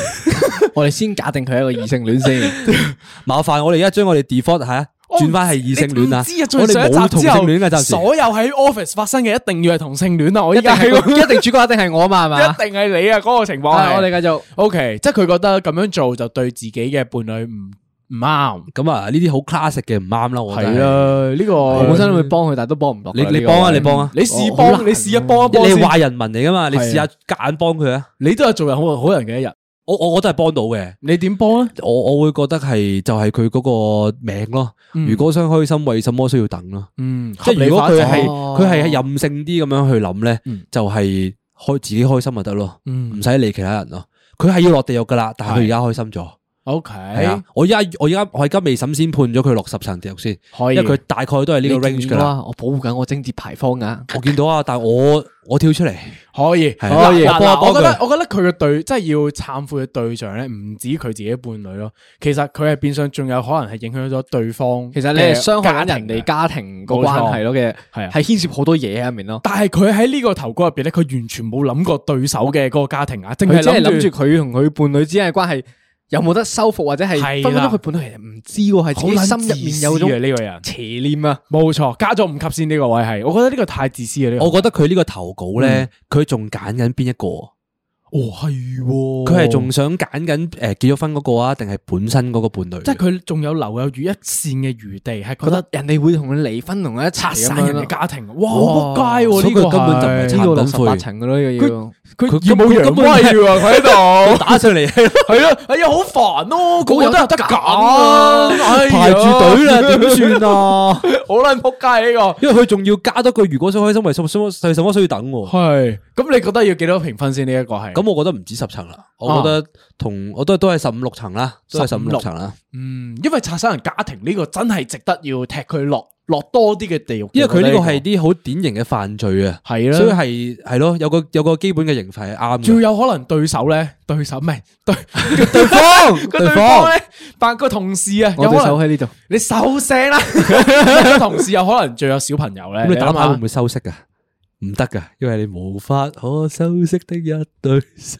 A: 我哋先假定佢係一個異性 戀先。
D: 麻煩我哋而家將我哋 default 吓轉翻係異性戀啊！
B: 哦你唔知啊，
D: 我
B: 我
D: 哋
B: 哋
D: 冇
B: 上一
D: 同
B: 集之
D: 性戀嘅
B: 後，
D: 暫時。
B: 所有喺 office 發生嘅一定要係同性戀啊！我依
A: 一定
B: 家
A: 係
B: 係個
A: 一定主角一定係我嘛，係嘛？
B: 一定係你啊！嗰個情況
A: 啊
B: 係
A: 我哋繼續。
B: OK，即係佢覺得咁樣做就對自己嘅伴侶唔唔啱，
D: 咁啊，呢啲好 classic 嘅唔啱啦，我覺
B: 係啊
D: 得。
B: 啦，呢個
A: 我本身會幫佢，但係都幫唔到。
D: 你你幫啊，你幫啊！
B: 你
A: 哦
B: 試幫，你試一幫一
D: 你
B: 幫
D: 係
B: 先
D: 壞人民嚟噶嘛？你
B: 係啊
D: 試下夾硬幫佢啊！
B: 你都有做人好好人嘅一日，
D: 我我我都係幫到嘅。
B: 你點幫咧？啊
D: 我我會覺得係就係佢嗰個名咯。
B: 嗯
D: 如果想開心，為什麼需要等咯？
B: 嗯，
D: 即係如果佢係
A: 哦
D: 佢係任性啲咁樣去諗咧
B: 嗯，
D: 就係開自己開心咪得咯，
B: 嗯
D: 唔使理其他人咯。佢係要落地獄噶啦，但係佢而家開心咗，
B: O K，
D: 系啊，我依家我依家我而家未審先判咗佢六十層地獄先，
B: 可以
D: 因為佢大概都係呢個 range
B: 啊
D: 噶啦。
A: 啦，我保護啊緊我貞節牌坊噶。
D: 我見到啊，但我我跳出嚟，
B: 可以，
D: 係
B: 嗱
D: 可以
B: 嗱
D: 幫一
B: 嗱我
D: 幫
B: 覺得
D: 佢
B: 我覺得佢嘅對，即係要忏悔嘅對象咧，唔止佢自己伴侶咯，其實佢係變相仲有可能係影響咗對方。
A: 其實你係傷害緊人
B: 嘅
A: 哋家庭個
B: 冇錯
A: 關係咯嘅，
B: 係啊
A: 係牽涉好多嘢喺入面咯。
B: 但係佢喺呢個頭哥入邊咧，佢完全冇諗過對手嘅嗰個家庭啊，淨
A: 佢
B: 係
A: 只係
B: 諗
A: 諗住
B: 住
A: 佢同佢伴侶之間嘅關係有冇得修復，或者係
B: 係啦
A: 分分鐘佢伴侶其實唔知喎，係自己
B: 好
A: 心入
B: 撚
A: 面
B: 自
A: 有
B: 私
A: 種
B: 嘅呢個人，
A: 邪念啊。
B: 冇錯，加咗五級先呢個位係，我覺得呢個太自私嘅啊呢個。
D: 我覺得佢呢個投稿咧，佢仲揀緊邊一個？
B: 嗯哦係喎，
D: 佢係仲想揀緊诶結咗婚嗰個啊，定係本身嗰個伴侶？
B: 即係佢仲有留有餘一線嘅餘地，係覺
A: 覺
B: 得
A: 得人哋會同佢離婚，同佢一齊
B: 拆
A: 咁
B: 散
A: 樣
B: 人
A: 咯
B: 哋家庭，哇，仆街喎！
D: 所以
B: 呢個
D: 佢根本就唔
B: 係
D: 係差
A: 呢個六十八
D: 殘
A: 層嘅咯，呢個要。
B: 佢
D: 佢
B: 要冇
D: 根
B: 陽
D: 本
B: 威喎，佢喺度
D: 打上嚟，
B: 係咯，哎呀好煩咯，個個都有得揀啊， 哎呀
D: 排住隊啦，點算啊？
B: 好撚仆街啊呢
D: 因為佢仲要加多句，如果想開心，為什麼為什麼需要等我？
B: 個。係，咁你覺得要幾多評分先？呢一個係
D: 咁我覺得唔止十層啦，我覺得同我都都係十五六層啦，都係十五六層啦。
B: 嗯，因為拆散人家庭呢個真係值得要踢佢落落多啲嘅地獄。
D: 因為佢呢個係
B: 啲
D: 啲好典型嘅犯罪啊，
B: 係啦
D: 所以係係咯，有個有個基本嘅刑罰係啱啊
B: 仲
D: 嘅。
B: 有可能對手咧，對手唔係對
D: 對方，
B: 個對方咧，但個同事啊，
A: 我
B: 有
A: 對
B: 可
A: 手
B: 能
A: 喺呢度，
B: 你收聲啦！個同事有可能仲有小朋友咧，
D: 咁你打
B: 諗
D: 牌
B: 下
D: 會唔會收息啊？唔得噶，因為你無法可修飾的一對手。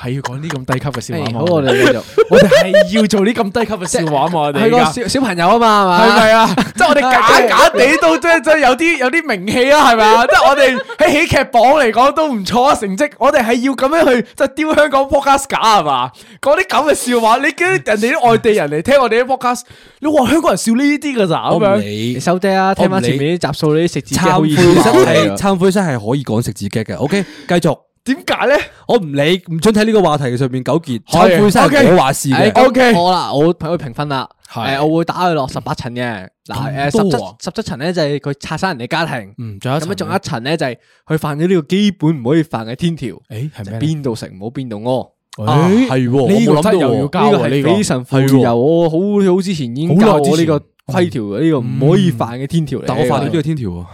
B: 係要講啲咁低級嘅笑話
A: 誒
B: 嘛？
A: 哎好我哋繼續。
B: 我哋係要做啲咁低級嘅笑話嘛？ 我哋
A: 係
B: 而
A: 個
B: 家
A: 小小朋友啊嘛，係嘛？
B: 係咪啊？即係我哋假假地都真真有啲有啲名氣啊，係咪啊？即係我哋喺喜劇榜嚟講都唔錯啊成績，我哋係要咁樣去即係丟香港 podcast 架係嘛？講啲咁嘅笑話，你驚人哋啲外地 人嚟聽我哋啲 podcast，你話香港人笑呢啲㗎咋
D: 我
B: 咁
D: 唔
B: 樣？
D: 理
A: 你。收低啊，聽翻前面啲集數，你啲食字真係
D: 懺
A: 好
D: 悔
A: 易
D: 室
A: 爆
D: 係
B: 哎
A: 啊
D: 懺悔室係可以講食字劇嘅。OK，繼續。
B: 點解咧？
D: 我唔理，唔准喺呢個話題上面糾結。
B: 可以
D: 懺悔室
B: OK
D: 係我話事
A: 誒
D: 嘅。
A: 哎咁
B: 哎 OK
A: 我啦，我朋友評分啦，
B: 係
A: 誒，我會打佢落十八層嘅。嗱，誒，
B: 咁
A: 十
B: 多
A: 七
B: 啊
A: 十七層咧就係佢拆散人哋家庭，
B: 嗯仲有一
A: 咁
B: 層
A: 樣仲有一層咧就係佢犯咗呢個基本唔可以犯嘅天條，
B: 誒係
A: 就
B: 咩咧
A: 邊度食唔好邊度屙。
D: 啊係
B: 呢
D: 喎我冇
B: 個
D: 諗
B: 真
D: 到
B: 係又要
D: 喎
B: 交
A: 呢個
B: 喎呢
A: 係
B: 個
A: 匪神父由我好好之前已經教我呢個規條嘅呢個唔可以犯嘅天條嚟。
D: 但我發現呢個天條喎，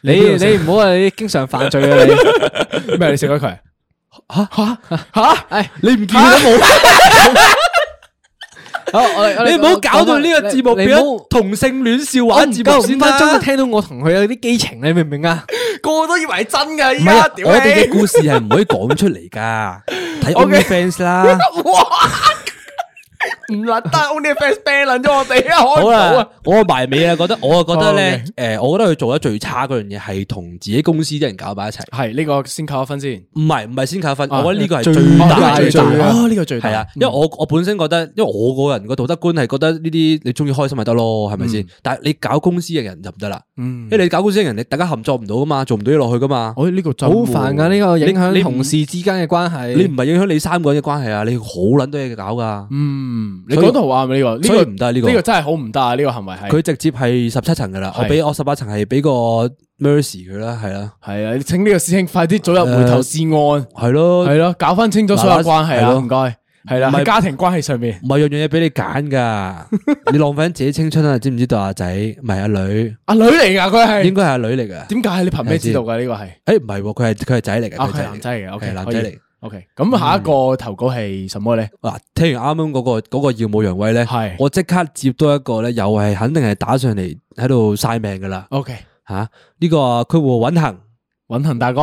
A: 你你唔好話你經常犯罪啊你。
B: 咩？你食咗佢？
A: 唉
D: 你唔見佢都冇，
A: 好我哋我哋
D: 你唔好搞到呢個節目
A: 你
D: 變
A: 你唔好
D: 咗同性戀笑
A: 我
D: 話
A: 唔
D: 節
A: 夠
D: 目
A: 五分
D: 先
A: 鐘
D: 啦
A: 就。聽到我同佢有啲基情，你明唔明啊？
B: 個個都以為係真㗎，依
D: 唔係
B: 家
D: 啊，
B: 屌
D: 我哋嘅
B: 你！
D: 故事係唔可以講出嚟噶，睇 OnlyFans 啦。
B: 唔撚得，OnlyFans ban 撚咗我哋啊！開
D: 好
B: 唔到
D: 啦
B: 啊！，
D: 我埋尾啊，覺得我啊覺得咧
B: OK，
D: 诶，我覺得佢做得最差嗰樣嘢係同自己公司啲人搞埋一齊。
B: 係呢個先扣一分先。
D: 唔係唔係先扣分，我覺得呢個係
B: 啊最
D: 最
B: 大
D: 大
B: 最大哦呢個最大
D: 係啊，因為我我本身覺得，因為我個人個道德觀係覺得呢啲你中意開心咪得咯，係咪
B: 嗯
D: 先？但係你搞公司嘅人就唔得啦，
A: 嗯
D: 因為你搞公司嘅人，你大家合作唔到噶
B: 哦
D: 嘛，做唔到嘢落去噶嘛，
B: 我呢個真
A: 好
B: 喎
A: 煩噶呢個影
D: 你
A: 響
D: 你唔
A: 同事之間嘅關
D: 你
A: 係。
D: 唔係影響你三個人嘅關係啊，你好撚多嘢搞噶，
B: 嗯，你
D: 所以
B: 講得好啱呢個，呢
D: 所
B: 個
D: 以唔得呢個
B: 呢個真係好唔得啊！呢個行為係
D: 佢直接係十七層噶啦，
B: 係
D: 我俾我十八層係俾個 mercy 佢啦，係啦，
B: 係啊，請呢個師兄快啲早日回頭是岸，
D: 係咯，
B: 係咯，搞翻清楚所有
D: 嗱嗱
B: 關係
D: 係
B: 啊！
D: 咯
B: 唔該，係啦，
D: 唔係
B: 喺家庭關係上面，
D: 唔係樣樣嘢俾你 揀噶，你浪費緊自己青春啊，知唔知道啊仔？唔係阿女，
B: 阿女嚟噶佢係
D: 應，該係阿女嚟噶。
B: 點解你憑咩知道㗎？呢個係
D: 诶，唔系，佢系佢系仔嚟嘅，
B: 啊，
D: 佢
B: 佢
D: 係
B: 係男仔嚟嘅
D: 係
B: ，OK，
D: 男仔
B: 可以
D: 嚟。
B: ，OK。咁下一個投稿係什麼咧？
D: 嗱，聽完啱啱嗰個嗰個耀武揚威咧
B: 係，
D: 我即刻接多一個咧，又係肯定係打上嚟喺度晒命噶啦
B: OK，
D: 吓。呢個啊佢和穩行，
B: 尹恒大哥，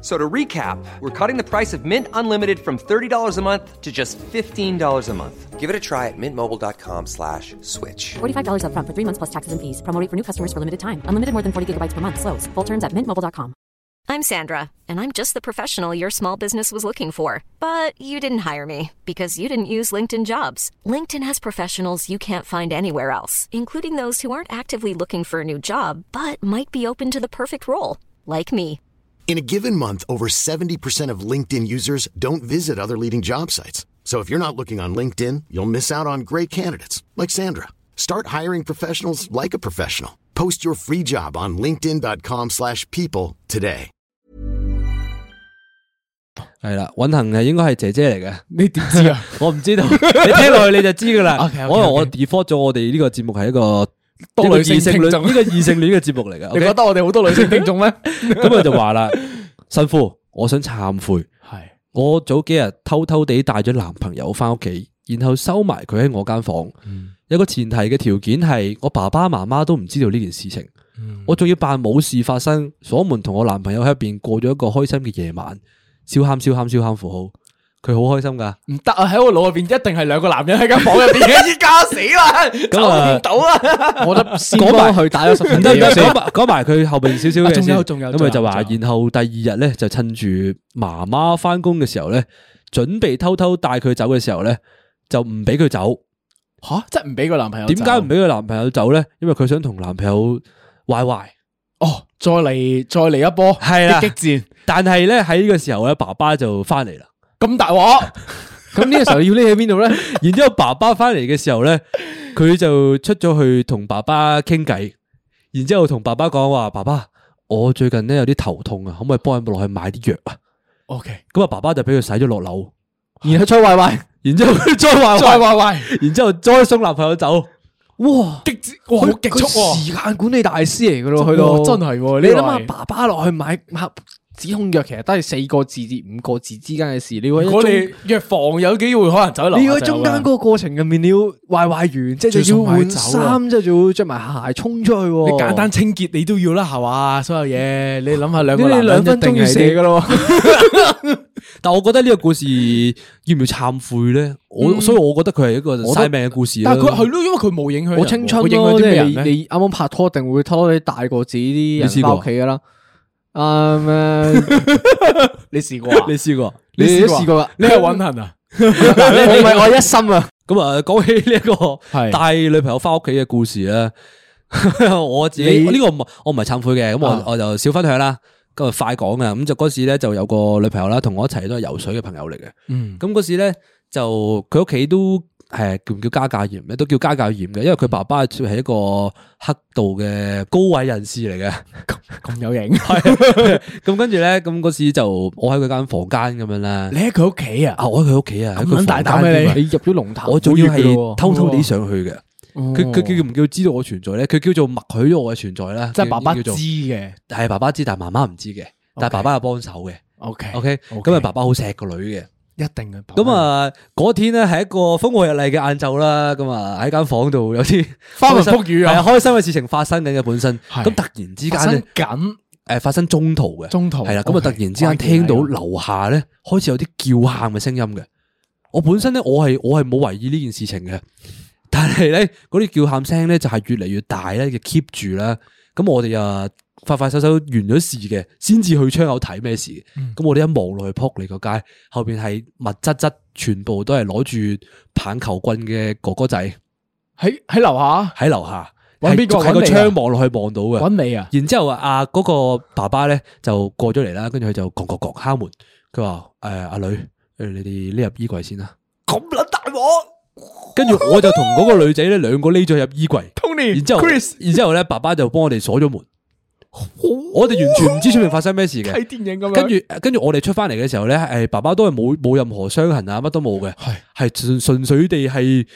E: So to recap, we're cutting the price of Mint Unlimited from $30 a month to just $15 a month. Give it a try at mintmobile.com slash switch.
F: $45 upfront for three months plus taxes and fees. Promo rate for new customers for limited time. Unlimited more than 40 gigabytes per month. Slows. Full terms at mintmobile.com.
C: I'm Sandra, and I'm just the professional your small business was looking for. But you didn't hire me because you didn't use LinkedIn jobs. LinkedIn has professionals you can't find anywhere else, including those who aren't actively looking for a new job but might be open to the perfect role, like me.
G: In a given month, over 70% of LinkedIn users don't visit other leading job sites. So if you're not looking on LinkedIn, you'll miss out on great candidates like Sandra. Start hiring professionals like a professional. Post your free job on linkedin.com/people slash people today.
D: 系啦，允恒系应该系姐姐 嚟嘅，
B: 你点知啊？
D: 我唔知道，你听落去你就知 噶啦。
B: OK，OK，OK
D: 我我 default 咗我哋呢个节目系一个
B: 多女性
D: 性性
B: 聽
D: 戀
B: 眾
D: 呢个异性恋嘅节目嚟 嘅。
B: 你
D: OK，
B: 觉得我哋好多女性听众咩？
D: 咁佢就话啦，辛苦，我想忏悔，
B: 系。
D: 我早几日偷偷地带咗男朋友翻屋企，然后收埋佢喺我间房。有个前提嘅条件系我爸爸妈妈都唔知道呢件事情，我仲要扮冇事发生，锁门同我男朋友喺入边过咗一个开心嘅夜晚，笑喊笑喊笑喊符號，佢好开心噶。
B: 唔得啊！喺我脑入边一定系两个男人喺间房入边， 依家死啦，走唔到啊啦！
A: 啊我覺得先幫佢打咗 十
D: 唔
A: 分
D: 得唔
A: 鐘
D: 得，
A: 先
D: 講。埋講埋佢後面少少嘅
B: 啊仲有
D: 先
B: 仲有
D: 咁佢就
B: 仲有
D: 話，
B: 仲有
D: 然後第二日咧就趁住媽媽翻工嘅時候咧，準備偷偷帶佢走嘅時候咧，就唔俾佢走。
B: 吓，真係唔俾个男朋友走。
D: 點解唔俾佢男朋友走咧？因為佢想同男朋友壞壞。
B: 哦，再嚟再嚟一波，
D: 係啦
A: 啊
B: 激激
D: 但係咧喺呢個時候咧，爸爸就翻嚟啦。
B: 戰咁大镬，
A: 咁呢個時候要匿喺邊度咧？
D: 然之后爸爸翻嚟嘅時候咧，佢就出咗去同爸爸傾偈，然之后同爸爸講話：爸爸，我最近咧有啲頭痛啊，可唔可以幫我落去買啲藥啊？
B: OK，
D: 咁啊，爸爸就俾佢洗咗落樓。
A: 然後出壞壞，
D: 然之后佢再话
B: 再喂喂，
D: 然之后再送男朋友走，
A: 哇！
B: 激戰哇，好極速
A: 佢
B: 喎！
A: 時間管理大師嚟噶咯，去到
B: 哇真係喎呢個係
A: 你諗下，爸爸落去買盒止痛藥，其實都係四個字至五個字之間嘅事。你要喺
B: 我
A: 中
B: 哋藥房有機會可能走樓下
A: 你要喺中間嗰個過程入面，你要壞壞完，即係就要換衫，即係就要着埋鞋衝出去喎。
B: 啊你簡單清潔你都要啦，係嘛？所有嘢你諗下兩
A: 你
B: 個
A: 你
B: 男
A: 兩
B: 人
A: 分鐘要射噶
B: 噶
A: 咯喎。
D: 但我覺得呢個故事要唔要懺悔咧？我、
A: 嗯
D: 所以我覺得佢係一個嘥命嘅故事啦啊
B: 但係佢係咯，因為佢冇影響人
A: 我
B: 喎
A: 青春
B: 佢影
A: 咯，
B: 響
A: 即
B: 啲咩
A: 係
B: 人
A: 你
B: 咧？
A: 你啱啱拍拖，一定會偷偷地大過自己
D: 你
A: 啲
D: 試
A: 人
D: 過
A: 翻屋企 噶啦。啊咩？
B: 你試過啊？
D: 你試過？
A: 你
B: 你
A: 都試過啦？
B: 你 係揾痕啊？
A: 我咪我一心啊！
D: 咁啊，講起呢一個
B: 係
D: 帶女朋友翻屋企嘅故事咧， 我自己
A: 你
D: 呢個唔我唔係懺悔嘅，咁
B: 啊
D: 我我就少分享啦。咁啊快講啊，咁就嗰時咧就有個女朋友啦，同我一齊都係游水嘅朋友嚟嘅。
B: 嗯，
D: 咁嗰時咧就呃佢屋企都係叫唔叫家教嚴咧？都叫家教嚴嘅，因為佢爸爸係一個黑道嘅高位人士嚟嘅。
B: 咁有型。
D: 咁跟住咧，咁嗰時就我喺佢間房間咁樣啦
B: 你。喺佢屋企啊？
D: 啊，我喺佢屋企啊，喺
B: 咁
D: 佢
B: 撚大
D: 房
B: 膽哎
D: 間
B: 咩
D: 添啊
A: 你入咗龍潭，
D: 我仲要係
A: 偷
D: 偷偷地上去嘅。
B: 哦
D: 佢佢叫唔叫知道我存在咧？佢叫做默許咗我嘅存在啦。
B: 即係爸爸
D: 叫
B: 知
D: 做
B: 嘅。
D: 係爸爸知，但係媽媽唔知嘅。但係爸爸係幫手嘅。
B: OK
D: OK，咁啊，爸爸好錫個女嘅。
B: 一定嘅。
D: 咁，啊，嗰天咧係一個風和日麗嘅晏晝啦，咁啊喺間房度有啲
B: 翻雲覆雨啊
D: 係開心嘅事情發生緊嘅本身，
B: 係
D: 咁突然之
B: 發
D: 間
B: 生
D: 咧，
B: 緊
D: 誒發生中途嘅，
B: 中途
D: 係啦，咁啊
B: OK，
D: 突然之間
B: 關鍵
D: 聽到
B: 係咁
D: 樓下咧開始有啲叫喊嘅聲音嘅，我本身咧我係我係冇懷疑呢件事情嘅，但係咧嗰啲叫喊聲咧就係越嚟越大咧，就 keep 住啦，咁我哋啊快快手手完咗事嘅，先至去窗口睇咩事嘅，
B: 嗯
D: 咁我哋一望落去扑你個街，後邊係密質質，全部都係攞住棒球棍嘅哥哥仔。
B: 喺喺樓下
D: 喺樓下，
B: 搵邊個
D: 係喺個
B: 搵你啊
D: 窗望落去望到嘅。
B: 揾你啊！
D: 然之后啊，嗰個爸爸咧就過咗嚟啦，跟住佢就咣咣咣敲門，佢話：诶，阿女，誒你哋匿入衣櫃先啦。
B: 咁撚大鑊
D: 跟住我就同嗰個女仔咧，兩個匿咗入衣櫃。
B: ，Tony，
D: 然之后，
B: Chris
D: 然之后咧，爸爸就幫我哋鎖咗門。我哋完全唔知出面發生咩事
B: 睇
D: 嘅。
B: 電影咁樣。
D: 跟住，跟住我哋出翻嚟嘅時候咧，诶，爸爸都係冇冇任何傷痕啊，乜都冇嘅，
B: 係
D: 係純純粹地係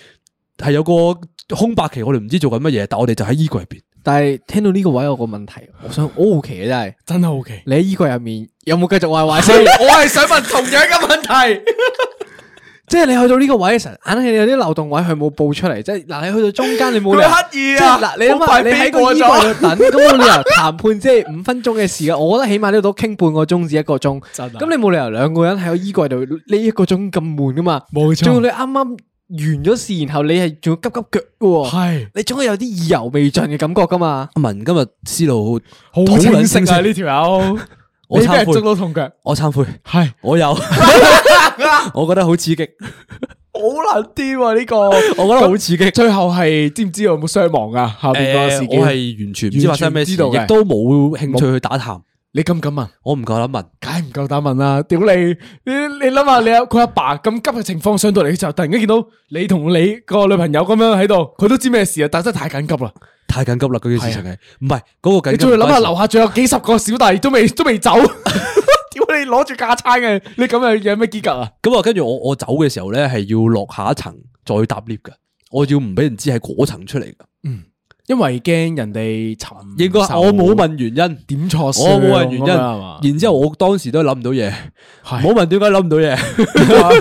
D: 係有個空白期，我哋唔知做緊乜嘢，但我哋就喺衣櫃入边。
A: 但係聽到呢個位有個問題，我想好好奇嘅啊真係，
B: 真係好奇。
A: 你喺衣櫃入面有冇繼續壞壞先？
B: 我係想問同樣嘅問題。
A: 即係你去到呢個位嘅時候，硬係有啲漏洞位佢冇報出嚟，即係嗱你去到中間你 冇理由
B: 佢刻意啊
A: 即係嗱你諗
B: 好
A: 下
B: 快
A: 你喺
B: 避
A: 個
B: 過
A: 衣
B: 咗
A: 櫃度等，咁冇理由談判即係五分鐘嘅事啊！我覺得起碼都都傾半個鐘至一個鐘，
B: 真啊
A: 咁你冇理由兩個人喺個衣櫃度呢一個鐘咁悶噶嘛？
B: 冇錯
A: 仲要你啱啱完咗事，然後你係仲要急急腳嘅喎，
B: 係啊
A: 你總係有啲意猶未盡嘅感覺噶嘛？
D: 阿文今日思路
B: 好
D: 好
B: 清
D: 撚
B: 晰
D: 清晰
B: 啊！呢條友，
D: 我
B: 你俾人
D: 懺
B: 捉
D: 悔，
B: 到痛腳，
D: 我懺悔，
B: 係
D: 我有，我覺得好刺激，
B: 好撚癲喎呢個。
D: 我覺得好刺激。
B: 最後係知唔知有冇傷亡啊？下邊個
D: 誒
B: 事件
D: 我係完全唔知發生咩事，
B: 完全唔知道嘅
D: 亦都冇興趣去打探。
B: 你敢唔敢問？
D: 我唔夠膽問，
B: 梗係唔夠膽問啦！屌你，你你諗下，你阿佢阿爸咁急嘅情況上到嚟嘅時候，突然間見到你同你個女朋友咁樣喺度，佢都知咩事啊！但係真係太緊急啦！
D: 太緊急啦！嗰件事情
B: 啊
D: 係唔係嗰個緊
B: 你
D: 急
B: 仲
D: 唔關事？
B: 要諗下樓下仲有幾十個小 弟都未都未走，屌你攞住架撐嘅，你咁樣有咩資格啊？
D: 咁啊，跟住我我走嘅時候咧，係要落下一層再搭 lift 嘅，我要唔俾人知係嗰層出嚟嘅。
B: 因為驚人哋尋
D: 應該
B: 仇
D: 我冇問原因，
B: 點錯，我
D: 我冇問原
B: 啊係嘛？
D: 因。然之後我當時都係諗唔到嘢，唔好問點解諗唔到嘢。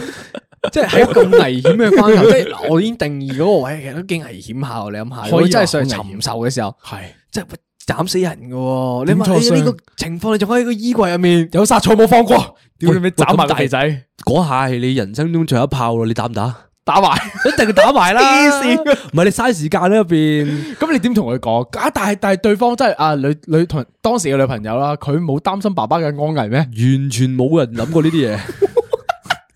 A: 即係喺咁危險嘅關頭，即 係嗱我已經定義嗰個位，其實都幾危險下喎。你諗下，
B: 啊
A: 如果真係上尋仇嘅時候，
B: 係
A: 即係會斬死人嘅喎。你
B: 點錯
A: 問你
B: 傷
A: 呢個情況，你仲喺個衣櫃入面，
B: 有殺錯冇放過，屌你
D: 喂
B: 咪
D: 喂
B: 斬埋
D: 咁
B: 個
D: 大
B: 肥仔，
D: 嗰下係你人生中最後一炮咯，你打唔打？
B: 打埋。
D: 一定打埋啦！唔係你嘥時間啦入邊。
B: 咁你點同佢講啊？但係但係對方真係啊女女同當時嘅女朋友啦，佢冇擔心爸爸嘅安危咩？
D: 完全冇人諗過呢啲嘢，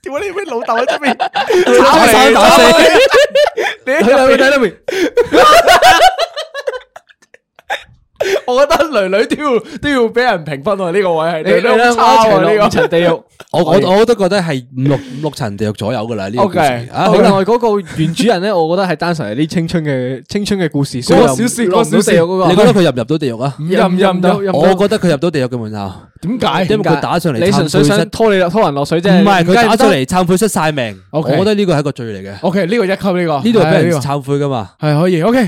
H: 屌你咩老豆喺出面？
D: 打散打死，
B: 你睇到睇到未？ 我覺得女女都要都要俾人評分喎，呢個位係
A: 你
B: 你
A: 兩
B: 都
A: 個
B: 差
A: 一齊
B: 喎
A: 落
B: 呢
A: 五層
B: 個。
A: 地獄。
D: 我我我都覺得係五六五六層地獄左右噶啦呢個故事
B: OK，
D: 啊
A: 另
D: 好啦
A: 外嗰個原主人咧，我覺得係單純係啲青春嘅青春嘅故事，所以
B: 嗰個小
A: 又
B: 說
A: 落唔到
B: 嗰個小
A: 地獄
B: 說
A: 嗰個
D: 你覺得 佢入唔入到地獄啊？
B: 入唔入到？
D: 我覺得佢入到地獄嘅門口。
B: 點解？
D: 因為佢打上嚟
A: 你純粹
D: 參
A: 想
D: 觀
A: 拖你落拖人落水啫，
D: 唔係
A: 唔
D: 佢
A: 該
D: 打
A: 唔得
D: 出嚟懺悔出晒命，我
B: OK
D: 覺得呢個係一個罪嚟嘅，呢
B: OK，呢個一級呢個
D: 度係俾
B: 係呢
D: 人
B: 個
D: 懺悔噶嘛。
B: 係可以 OK。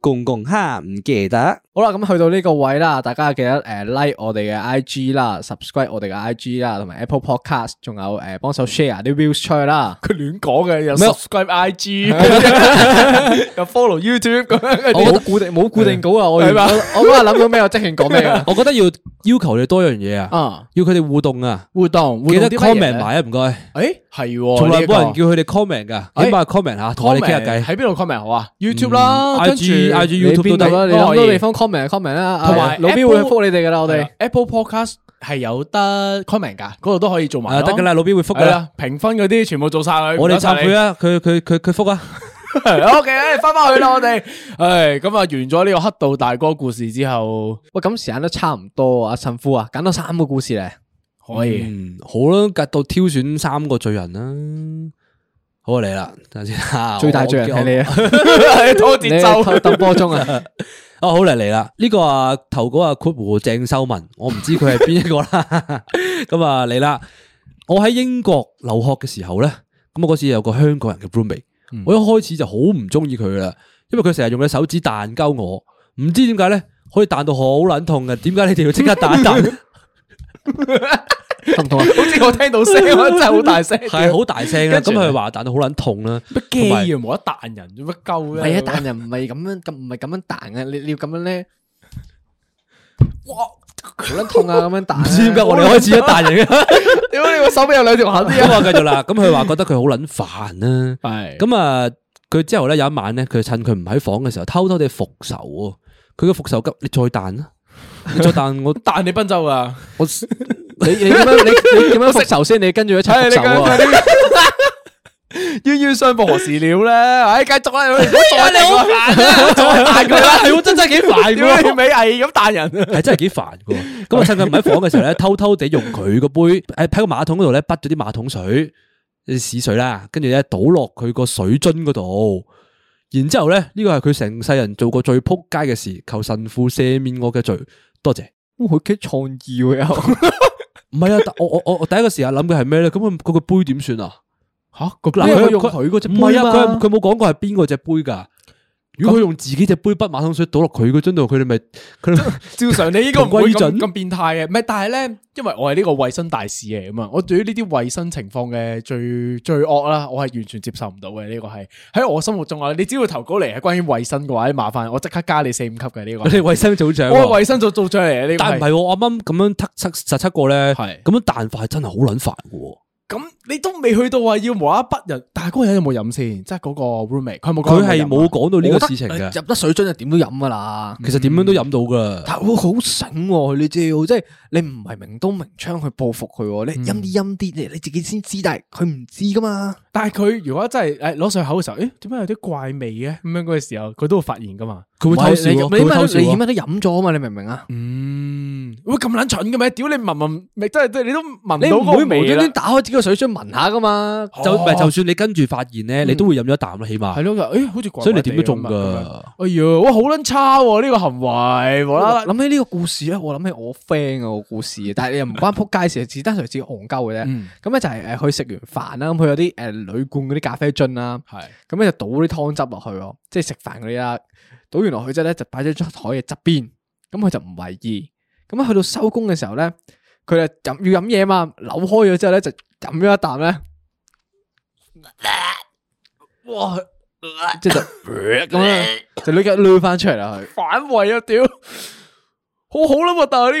D: 公公哈唔記得，
A: 好啦，咁去到呢個位啦，大家記得誒 like 我哋嘅 IG 啦，subscribe 我哋嘅 IG 啦，同埋 Apple Podcast，仲有誒幫手 share 啲 views 出去啦。
B: 佢亂講嘅，又
D: 咩
B: subscribe IG，又 follow YouTube 咁 樣。
A: 我冇固定冇固定稿啊，我
B: 係嘛
A: 我我嗰日諗到咩，我即興講咩啊
D: 我覺得要要求你多樣嘢啊，
A: 啊！
D: 要佢哋互動啊，
A: 互動
D: 記得
A: 記得
D: comment 埋啊，唔該，
B: 誒係喎，
D: 從來冇人
B: 哦呢
D: 叫佢哋 comment 噶，起
B: 哎
D: 碼 comment 下，
B: 個
D: 同我哋傾下偈
B: comment，喺邊度 comment 好啊？YouTube
A: 嗯
B: 啦，跟住
D: IG IG
A: 你
D: YouTube
A: 邊
D: 都
A: 度啦？
D: 得，哦
A: 你諗到地方 comment comment 啦，
B: 同埋
A: 啊老邊會
B: Apple-
A: 覆你哋哦噶啦，我
B: 係
A: 哋
B: 啦 Apple Podcast 係有得 comment 㗎，嗰度都可以做埋
D: 啊
B: 咯。
D: 得噶啦，老邊會覆噶
B: 係
D: 啦，
B: 啦，評分嗰啲全部做晒佢。
D: 我哋懺悔
B: 啊
D: 啊，佢佢佢佢覆啊，
B: ！OK，唉翻哎返去啦，我哋。唉，咁啊，完咗呢個黑道大哥故事之後，
A: 喂，咁時間都差唔多啊，神父啊，揀多三個故事咧。
B: 可以
D: 嗯好啦，隔到挑選三個罪人啦，好啊你啦，等陣先 啊
A: 最大罪人
D: 我我
A: 係你 啊！
B: 拖
A: 你
B: 節奏。
A: 鬥鬥波 鐘啊！
D: 哦，好嚟嚟啦！呢、個啊投稿啊括弧鄭秀文， 我唔知佢係邊一個啦。 咁啊嚟啦！我喺英國留學嘅時候咧，咁啊我嗰時有個香港人嘅 roommate，我
A: 嗯
D: 一開始就好唔中意佢噶啦，因為佢成日用隻手指彈鳩我，唔知點解咧可以彈到好撚痛嘅，點解你哋要即刻彈一 彈？
A: 痛唔痛啊？
B: 好似我聽到聲，我真係好大聲。
D: 係好大聲啦，
B: 跟住
D: 咁
B: 呢
D: 佢話彈到好撚痛 啦，
B: 乜機啊？冇得彈人，做乜鳩
A: 唔
B: 咧？
A: 係啊，彈人唔係咁樣，咁唔係咁樣彈嘅，你你要咁樣咧，哇，好撚痛啊！咁樣彈啊，唔
D: 唔知點解我哋開始一彈啊人嘅。
A: 屌你個手臂有兩條痕啲
D: 咁我啊繼續啦，咁佢話覺得佢好撚煩啦。
B: 係，
D: 咁啊，佢之後咧有一晚咧，佢趁佢唔喺房嘅時候，偷偷地復仇喎。佢嘅復仇急，你再彈啦，你再彈我
B: 彈你賓州啊！
A: 我 你你點樣你你點樣復仇先？你跟住一齊
B: 係
A: 復
B: 你
A: 仇啊！
B: 冤冤相報何時了咧？唉，繼續
A: 哎
B: 啦，你唔好再好
A: 啊
B: 啊
D: 再 彈佢啦，係真真係幾煩
B: 屌你尾係啊咁彈人。啊
D: 係真係幾煩嘅喎。咁啊，趁佢唔喺房嘅時候咧，偷偷地用佢個杯喺喺個馬桶嗰度咧，滗咗啲馬桶水、啲屎水啦，跟住咧倒落佢個水樽嗰度。然之後咧，呢個係佢成世人做過最撲街嘅事，求神父赦免我嘅罪，多謝。
A: 哇佢幾創意喎又，
D: 唔係啊，但我我我我第一個時間諗嘅係咩咧？咁佢佢個杯點算啊？
B: 吓個
D: 嗱，
A: 因為
D: 佢
A: 佢用佢嗰隻杯
D: 唔係啊，佢
A: 嘛
D: 佢冇講過係邊個隻杯噶。如果佢用自己隻杯筆馬桶水倒落佢嗰樽度，佢哋咪佢 哋
B: 照常你應該唔會
D: 同歸於
B: 咁
D: 盡
B: 咁變態嘅，唔係，但係咧，因為我係呢個衛生大使嚟噶嘛，我對於呢啲衛生情況嘅最最惡啦，我係完全接受唔到嘅。呢個係喺我心目中啊，你只要投稿嚟係關於衛生嘅話，麻煩我即刻加你四五級嘅呢
D: 我哋
B: 個。
D: 衛生組長
B: 我係
D: 喎。
B: 衛生做做出嚟嘅呢個
D: 但唔
B: 係，
D: 係喎，我啱啱咁樣測測實測過咧，
B: 係
D: 咁樣彈法係真係好撚煩嘅喎。
B: 咁你都未去到話要無啦啦畢人，但係嗰個人有冇飲先？即係嗰個 roommate，佢有冇講
D: 佢
B: 有
D: 係
B: 飲
D: 冇
B: 啊
D: 講到呢
A: 我
D: 個
A: 覺
D: 事情
A: 得
D: 嘅，
A: 哎入得水樽就點都飲噶啦。
D: 其實點樣都飲到噶。
A: 但係好醒喎，佢呢招，即係你唔係明刀明槍去報復佢喎，你陰啲陰啲，你你自己先知，但係佢唔知噶嘛。
B: 但係佢如果真係誒攞上口嘅時候，誒點解有啲怪味嘅？咁樣嗰個時候，佢都會發現噶嘛。
D: 佢會偷笑
A: 你
D: 喎，佢會偷笑
A: 你起
D: 喎。
A: 碼都飲咗啊嘛，你明唔明啊？
B: 嗯，會咁撚蠢嘅咩？屌你聞聞，咪真係真係你都聞
A: 你
B: 到
A: 唔
B: 嗰
A: 會
B: 個
A: 無
B: 味啦
A: 端端。打開自己個水樽聞下噶嘛？
D: 就唔係就算你跟住發現咧，你都會飲咗一啖啦，起
B: 係
D: 碼。
B: 咯，誒好似怪怪地
D: 所以你點都中
B: 咁啊
D: 㗎。
B: 哎呀，哇好撚差喎呢個行為，無啦啦
A: 諗起呢個故事咧，我諗起我 friend 個故事，啊但係又唔關撲街事，只單純係自己戇鳩
B: 嗯
A: 嘅啫。
D: 嗯
A: 咁咧就係誒，佢食完飯啦，咁佢有啲誒鋁罐嗰啲咖啡樽啦，
B: 係
A: 咁咧就倒啲湯汁落去喎，即係食飯嗰啲啦。倒完落去之後咧，就擺咗張台嘅側邊，咁佢就唔為意。咁啊去到收工嘅時候咧，佢啊飲要飲嘢嘛，扭開咗之後咧就飲咗一啖咧，哇！即係就咁樣就攞嘅攞翻出嚟啦佢。
B: 反胃啊！屌，好好啦喎，但係呢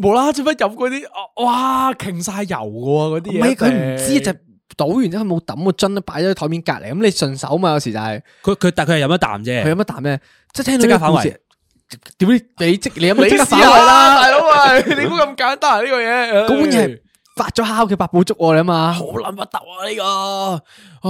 B: 個無啦啦做乜飲嗰啲，啊哇，傾晒油噶嗰啲
A: 唔
B: 嘢。
A: 係佢唔
B: 一
A: 知
B: 定
A: 就倒完之後冇抌個樽都擺咗喺台面隔離，咁你順手嘛，有時就係
D: 佢佢但佢係飲一啊啖啫
A: 佢。飲一啖咧，即係聽
D: 即刻
A: 到呢個故
D: 反胃
A: 事，屌你你即你飲你即刻反
B: 試
A: 胃
B: 下
A: 啦，
B: 大佬啊！你估咁簡單啊呢個嘢？
A: 嗰碗嘢係發咗酵嘅八寶粥喎，你啊嘛
B: 好，撚核突啊！呢個，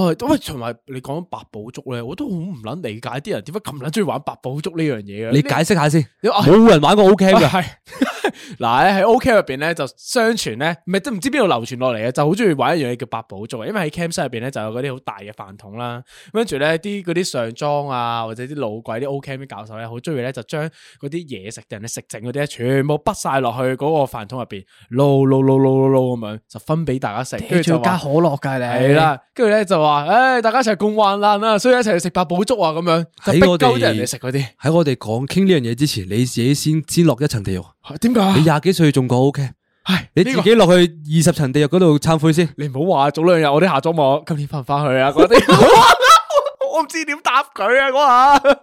B: 啊，喂，同埋你講八寶粥咧，我都好唔撚理解啲人點解咁撚中意玩八寶粥呢樣嘢嘅。
D: 你解釋下先，
B: 你啊
D: 冇人玩過 O K 嘅，
B: 系 嗱喺 O K 入边咧就相傳咧，唔係都唔知邊度流傳落嚟嘅，就好中意玩一樣嘢叫八寶粥，因為喺 camp 室入边咧就有嗰啲好大嘅飯桶啦，跟住咧啲嗰啲上莊啊或者啲老鬼啲 O K 啲教授咧，好中意咧就將嗰啲嘢食定係食剩嗰啲咧，全部潷晒落去嗰個飯桶入边，撈撈撈撈撈撈咁樣就分俾大家 食，跟
A: 跟
B: 住
A: 住
B: 就
A: 仲要加
B: 話
A: 可樂㗎
D: 啊
A: 你，
B: 係，啦，跟住咧就話，唉、大家一齊共患難啦，所以一齊去食八寶粥啊，咁樣就逼
D: 喺我
B: 鳩啲
D: 哋
B: 人嚟食嗰啲，
D: 喺我哋講傾呢樣嘢之前，你自己先先落一層地獄。
B: 點解啊？
D: 你廿幾歲仲講 O K，
B: 唉
D: 你
B: 呢
D: 自
B: 個
D: 己落去二十層地獄嗰度懺 悔先。
B: 你唔好話早兩日我啲下咗網，今年翻唔翻去啊？嗰啲我唔知點答佢啊嗰下。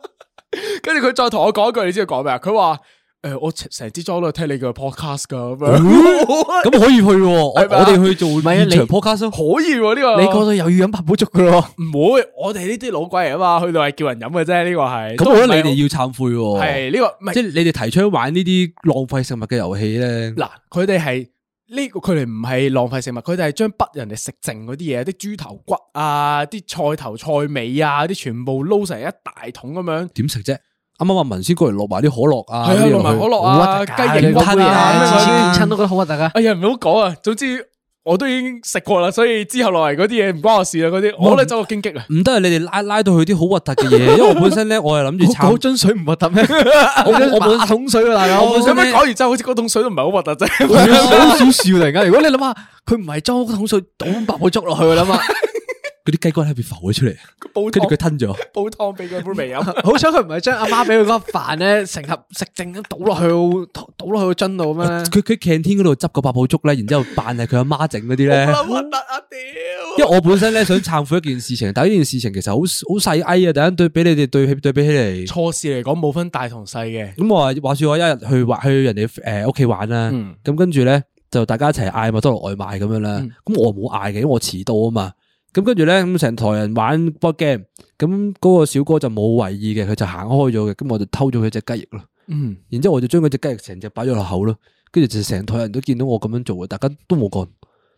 B: 跟住佢再同我講一句，你知佢講咩啊？佢話诶，誒我成成支裝都係聽你嘅 podcast 噶咁
D: 嗯
B: 樣。
D: 咁可以去喎，我我
B: 係咪啊哦
D: 哋去做
A: 係啊
D: 現
A: 你
D: 場 podcast 咯。
B: 可以喎呢個，
A: 你嗰度又要飲八寶粥㗎 咯，
B: 唔會？我哋呢啲老鬼嚟啊嘛，去到係叫人飲嘅啫，呢個係。
D: 咁我覺得你哋要懺悔喎，
B: 系呢個唔係
D: 即係你哋提倡玩呢啲浪費食物嘅遊戲咧。
B: 嗱，佢哋係呢個，佢哋唔係浪費食物，佢哋係將北人哋食剩嗰啲嘢，啲豬頭骨啊，啲菜頭菜尾啊，啲全部撈成一大桶咁樣。
D: 點食啫？啱啱阿文先過嚟落埋啲可樂啊，
B: 係啊
D: 呢啲
B: 落埋
D: 落去
B: 可樂
A: 好
B: 啊，
A: 核突㗎
B: 雞翼骨啊，
D: 你睇
B: 咩
D: 下
B: 嗰啲
A: 親親都覺得好核突㗎。
B: 哎呀，唔好講啊！總之我都已經食過啦，所以之後落嚟嗰啲嘢唔關我事啦，嗰啲我咧走個荊棘啊！
D: 唔得啊！你哋拉拉到去啲好核突嘅嘢，因為我本身咧，我係諗住
A: 嗰
D: 懺，
A: 樽水唔核突咩？我我
D: 本
A: 馬桶水啊，大佬，
D: 我本
B: 咁
D: 身
B: 樣
D: 咧
B: 講完之後，好似嗰桶水都唔係好核突 啫。
A: 好少笑嚟㗎。如果你諗下，佢唔係裝桶水倒八寶粥落去㗎啦嘛。
D: 嗰啲雞骨喺入邊浮咗出嚟，
B: 煲
D: 跟住佢
B: 湯
D: 吞咗。
B: 煲湯俾佢杯味飲。
A: 好彩佢唔係將阿媽俾佢嗰盒飯咧，成盒食剩咁倒落去個倒落去個樽度咁樣咧。
D: 佢佢 canteen 嗰度執個八寶粥咧，然之後扮係佢阿媽整嗰啲咧。
B: 好核突啊！屌！
D: 因為我本身咧想懺悔一件事情，但係呢件事情其實好好細埃啊！突然間對俾你哋對比對比起嚟，
B: 錯事嚟講冇分大同細嘅。
D: 咁我話話說我一日去玩去人哋诶屋企玩啦，
B: 嗯
D: 咁跟住咧就大家一齊嗌麥當勞外賣咁樣啦。咁、我冇嗌嘅，因為我遲到啊嘛。咁跟住咧，咁成台人玩 board game，咁嗰個小哥就冇為意嘅，佢就行開咗嘅，咁我就偷咗佢隻雞翼咯。
B: 嗯，
D: 然之後我就將嗰隻雞翼成隻擺咗落口咯，跟住就成台人都見到我咁樣做嘅，大家都冇講，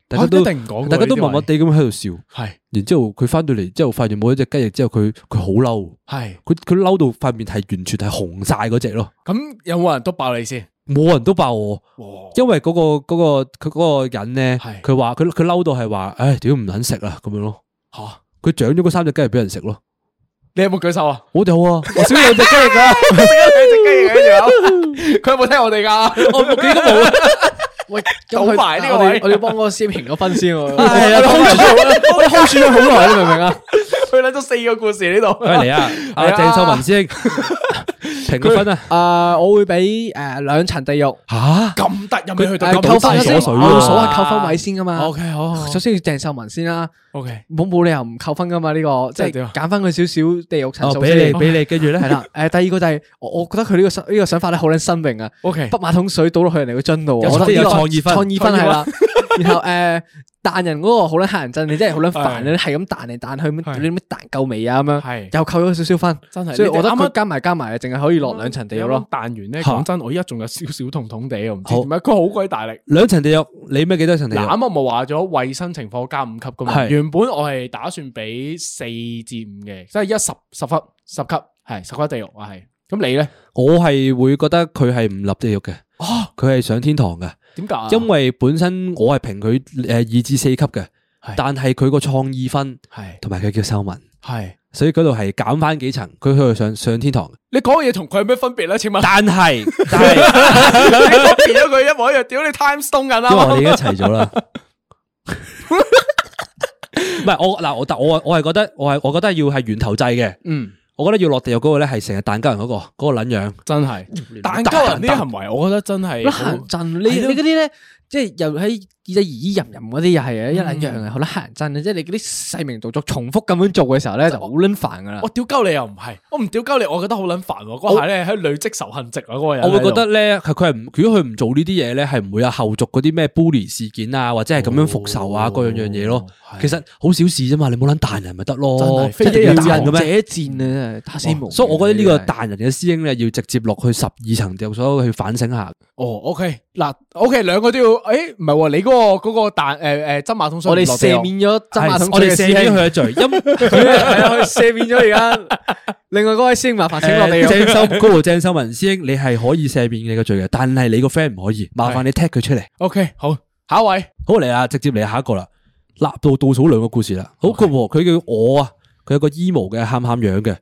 D: 大家
B: 啊
D: 都
B: 一定唔講嘅
D: 大家
B: 呢
D: 都
B: 啲
D: 默默地咁喺度笑。
B: 係
D: 然之後佢翻到嚟之後，發現冇咗隻雞翼之後，佢佢好嬲，
B: 係。
D: 佢佢嬲到塊面係完全係紅晒嗰只咯。
B: 咁有冇人督爆你先？
D: 冇人都爆我，因為嗰、個嗰、個佢嗰個人咧，
B: 係
D: 佢話佢佢嬲到係話，唉，屌唔肯食啦咁樣咯。
B: 吓，
D: 佢獎咗嗰三隻雞翼俾人食咯。
B: 你有冇舉手啊？
D: 我哋好啊，我少咗兩隻雞翼啊，
B: 佢有冇聽我哋噶？
D: 我目擊都冇啊。
A: 喂，
B: 倒埋呢個
A: 我哋
B: 位
A: 我哋幫嗰個 C 評嗰分先喎。
D: 係啊，當然
A: 我哋 hold 住咗好耐，你明唔明啊？
B: 佢諗咗四個故事呢度。
D: 喂嚟啊，阿
B: 嚟啊
D: 鄭秀文 師兄評個分啊。
A: 誒，我會俾誒兩層地獄，
D: 吓，
B: 咁得有冇去到
A: 誒
B: 咁
A: 扣分
B: 大
A: 先，
D: 先
A: 我
D: 水
A: 要
D: 啊
A: 數下扣分位先噶嘛。
B: ？O K，好好
A: 首先要鄭秀文先啦，
B: O K。
A: 冇冇理由唔扣分噶嘛？呢個即
B: 真係點
A: 係
B: 啊
A: 揀翻佢少少地獄層
D: 哦，
A: 數
D: 俾
A: 先
D: 你。俾你，跟住咧
A: 係，啦，誒第二個就係我我覺得佢呢個想呢個想法咧好撚新穎啊。
B: O K，
A: 北馬桶水倒落去人哋個樽度，
D: 有
A: 我覺得
D: 即係有
A: 呢個
D: 創意分
A: 創意分係啦。然後诶彈人嗰個好撚黑人憎，你真係好撚煩，
B: 係
A: 你係咁彈嚟彈去，
B: 係
A: 咁你咩彈夠未啊咁樣，
B: 係
A: 又扣咗少少分，
B: 真係
A: 所以我覺得
B: 你哋啱
A: 佢
B: 啱
A: 加埋加埋，淨係可以落兩層地獄咯。
B: 彈完咧，
D: 嚇
B: 講真，我依家仲有少少痛痛地，我唔知
D: 好
B: 點解佢好鬼大力。
D: 兩層地獄，你咩幾多層地
B: 嗱，
D: 獄？
B: 啱啱我話咗衞生情況加五級噶嘛，
D: 係
B: 原本我係打算俾四至五嘅，即係一十十級十級係十級地獄啊係。咁你咧
D: 我係會覺得佢係唔立地獄嘅，佢係上天堂嘅，
B: 點啊解啊？
D: 因為本身我係評佢诶二至四級嘅
B: 係，
D: 但係佢個創意分
B: 係
D: 同埋佢叫修文，
B: 係
D: 所以嗰度係減翻幾層，佢去上上天堂。
B: 你講嘅嘢同佢有咩分別咧？請問
D: 但 係但係，
B: 變咗佢一模一樣，屌你 time stone 緊啊
D: 因為我
B: 啦！
D: 哦哋已經一齊 咗啦。唔係我嗱，我但我我係覺得我係我覺得要係源頭制嘅，
B: 嗯，
D: 我覺得要落地獄嗰個咧係成日蛋鳩人嗰個嗰個撚樣。
B: 真係 但鳩人呢啲行為，我覺得真係
A: 好
B: 好
A: 黑人憎，你你嗰啲咧，即係又喺耳仔耳淫淫嗰啲又係啊，一撚樣啊，好撚黑人憎啊！即係你嗰啲細明動作重複咁樣做嘅時候咧，就好撚煩噶啦
B: 我。屌鳩你又唔係，我唔屌鳩你，我覺得好撚煩喎。嗰下咧喺累積仇恨值啊，嗰個人喺
D: 我
B: 度。
D: 會覺得咧，佢佢係唔，如果佢唔做呢啲嘢咧，係唔會有後續嗰啲咩 bully 事件啊，或者係咁樣復仇啊，各樣樣嘢咯。其實好小事啫嘛，你冇撚彈人咪得
B: 真
D: 咯
B: 係，非
D: 一定要
B: 人
D: 彈
A: 王
D: 嘅
A: 者
D: 咩？
A: 戰啊，打死無。
D: 所以我覺得呢個彈人嘅師兄咧，要直接落去十二層地獄所去反省下。
B: 哦，OK，嗱，OK，兩個都要，誒，唔係喎，你嗰個嗰個彈誒誒針馬桶水
A: 我
B: 唔
A: 哋
B: 落地喎，
A: 赦免咗曾馬桶
D: 我哋
A: 嘅
D: 赦
A: 師
D: 免
A: 兄
D: 佢，嘅罪， 因
A: 係啊，佢赦免咗而家。另外嗰位師兄麻煩請落 地
D: 呃
A: 啊獄。
D: 鄭修高鄭修文師兄，你係可以赦免你嘅罪嘅，但係你個 friend 唔可以，麻煩你踢佢出嚟。
B: OK，好，下一位，
D: 好嚟啊啦，直接嚟下一個啦，立到倒數兩個故事啦。好，佢和佢叫我啊，佢有個 emo 嘅喊喊樣嘅，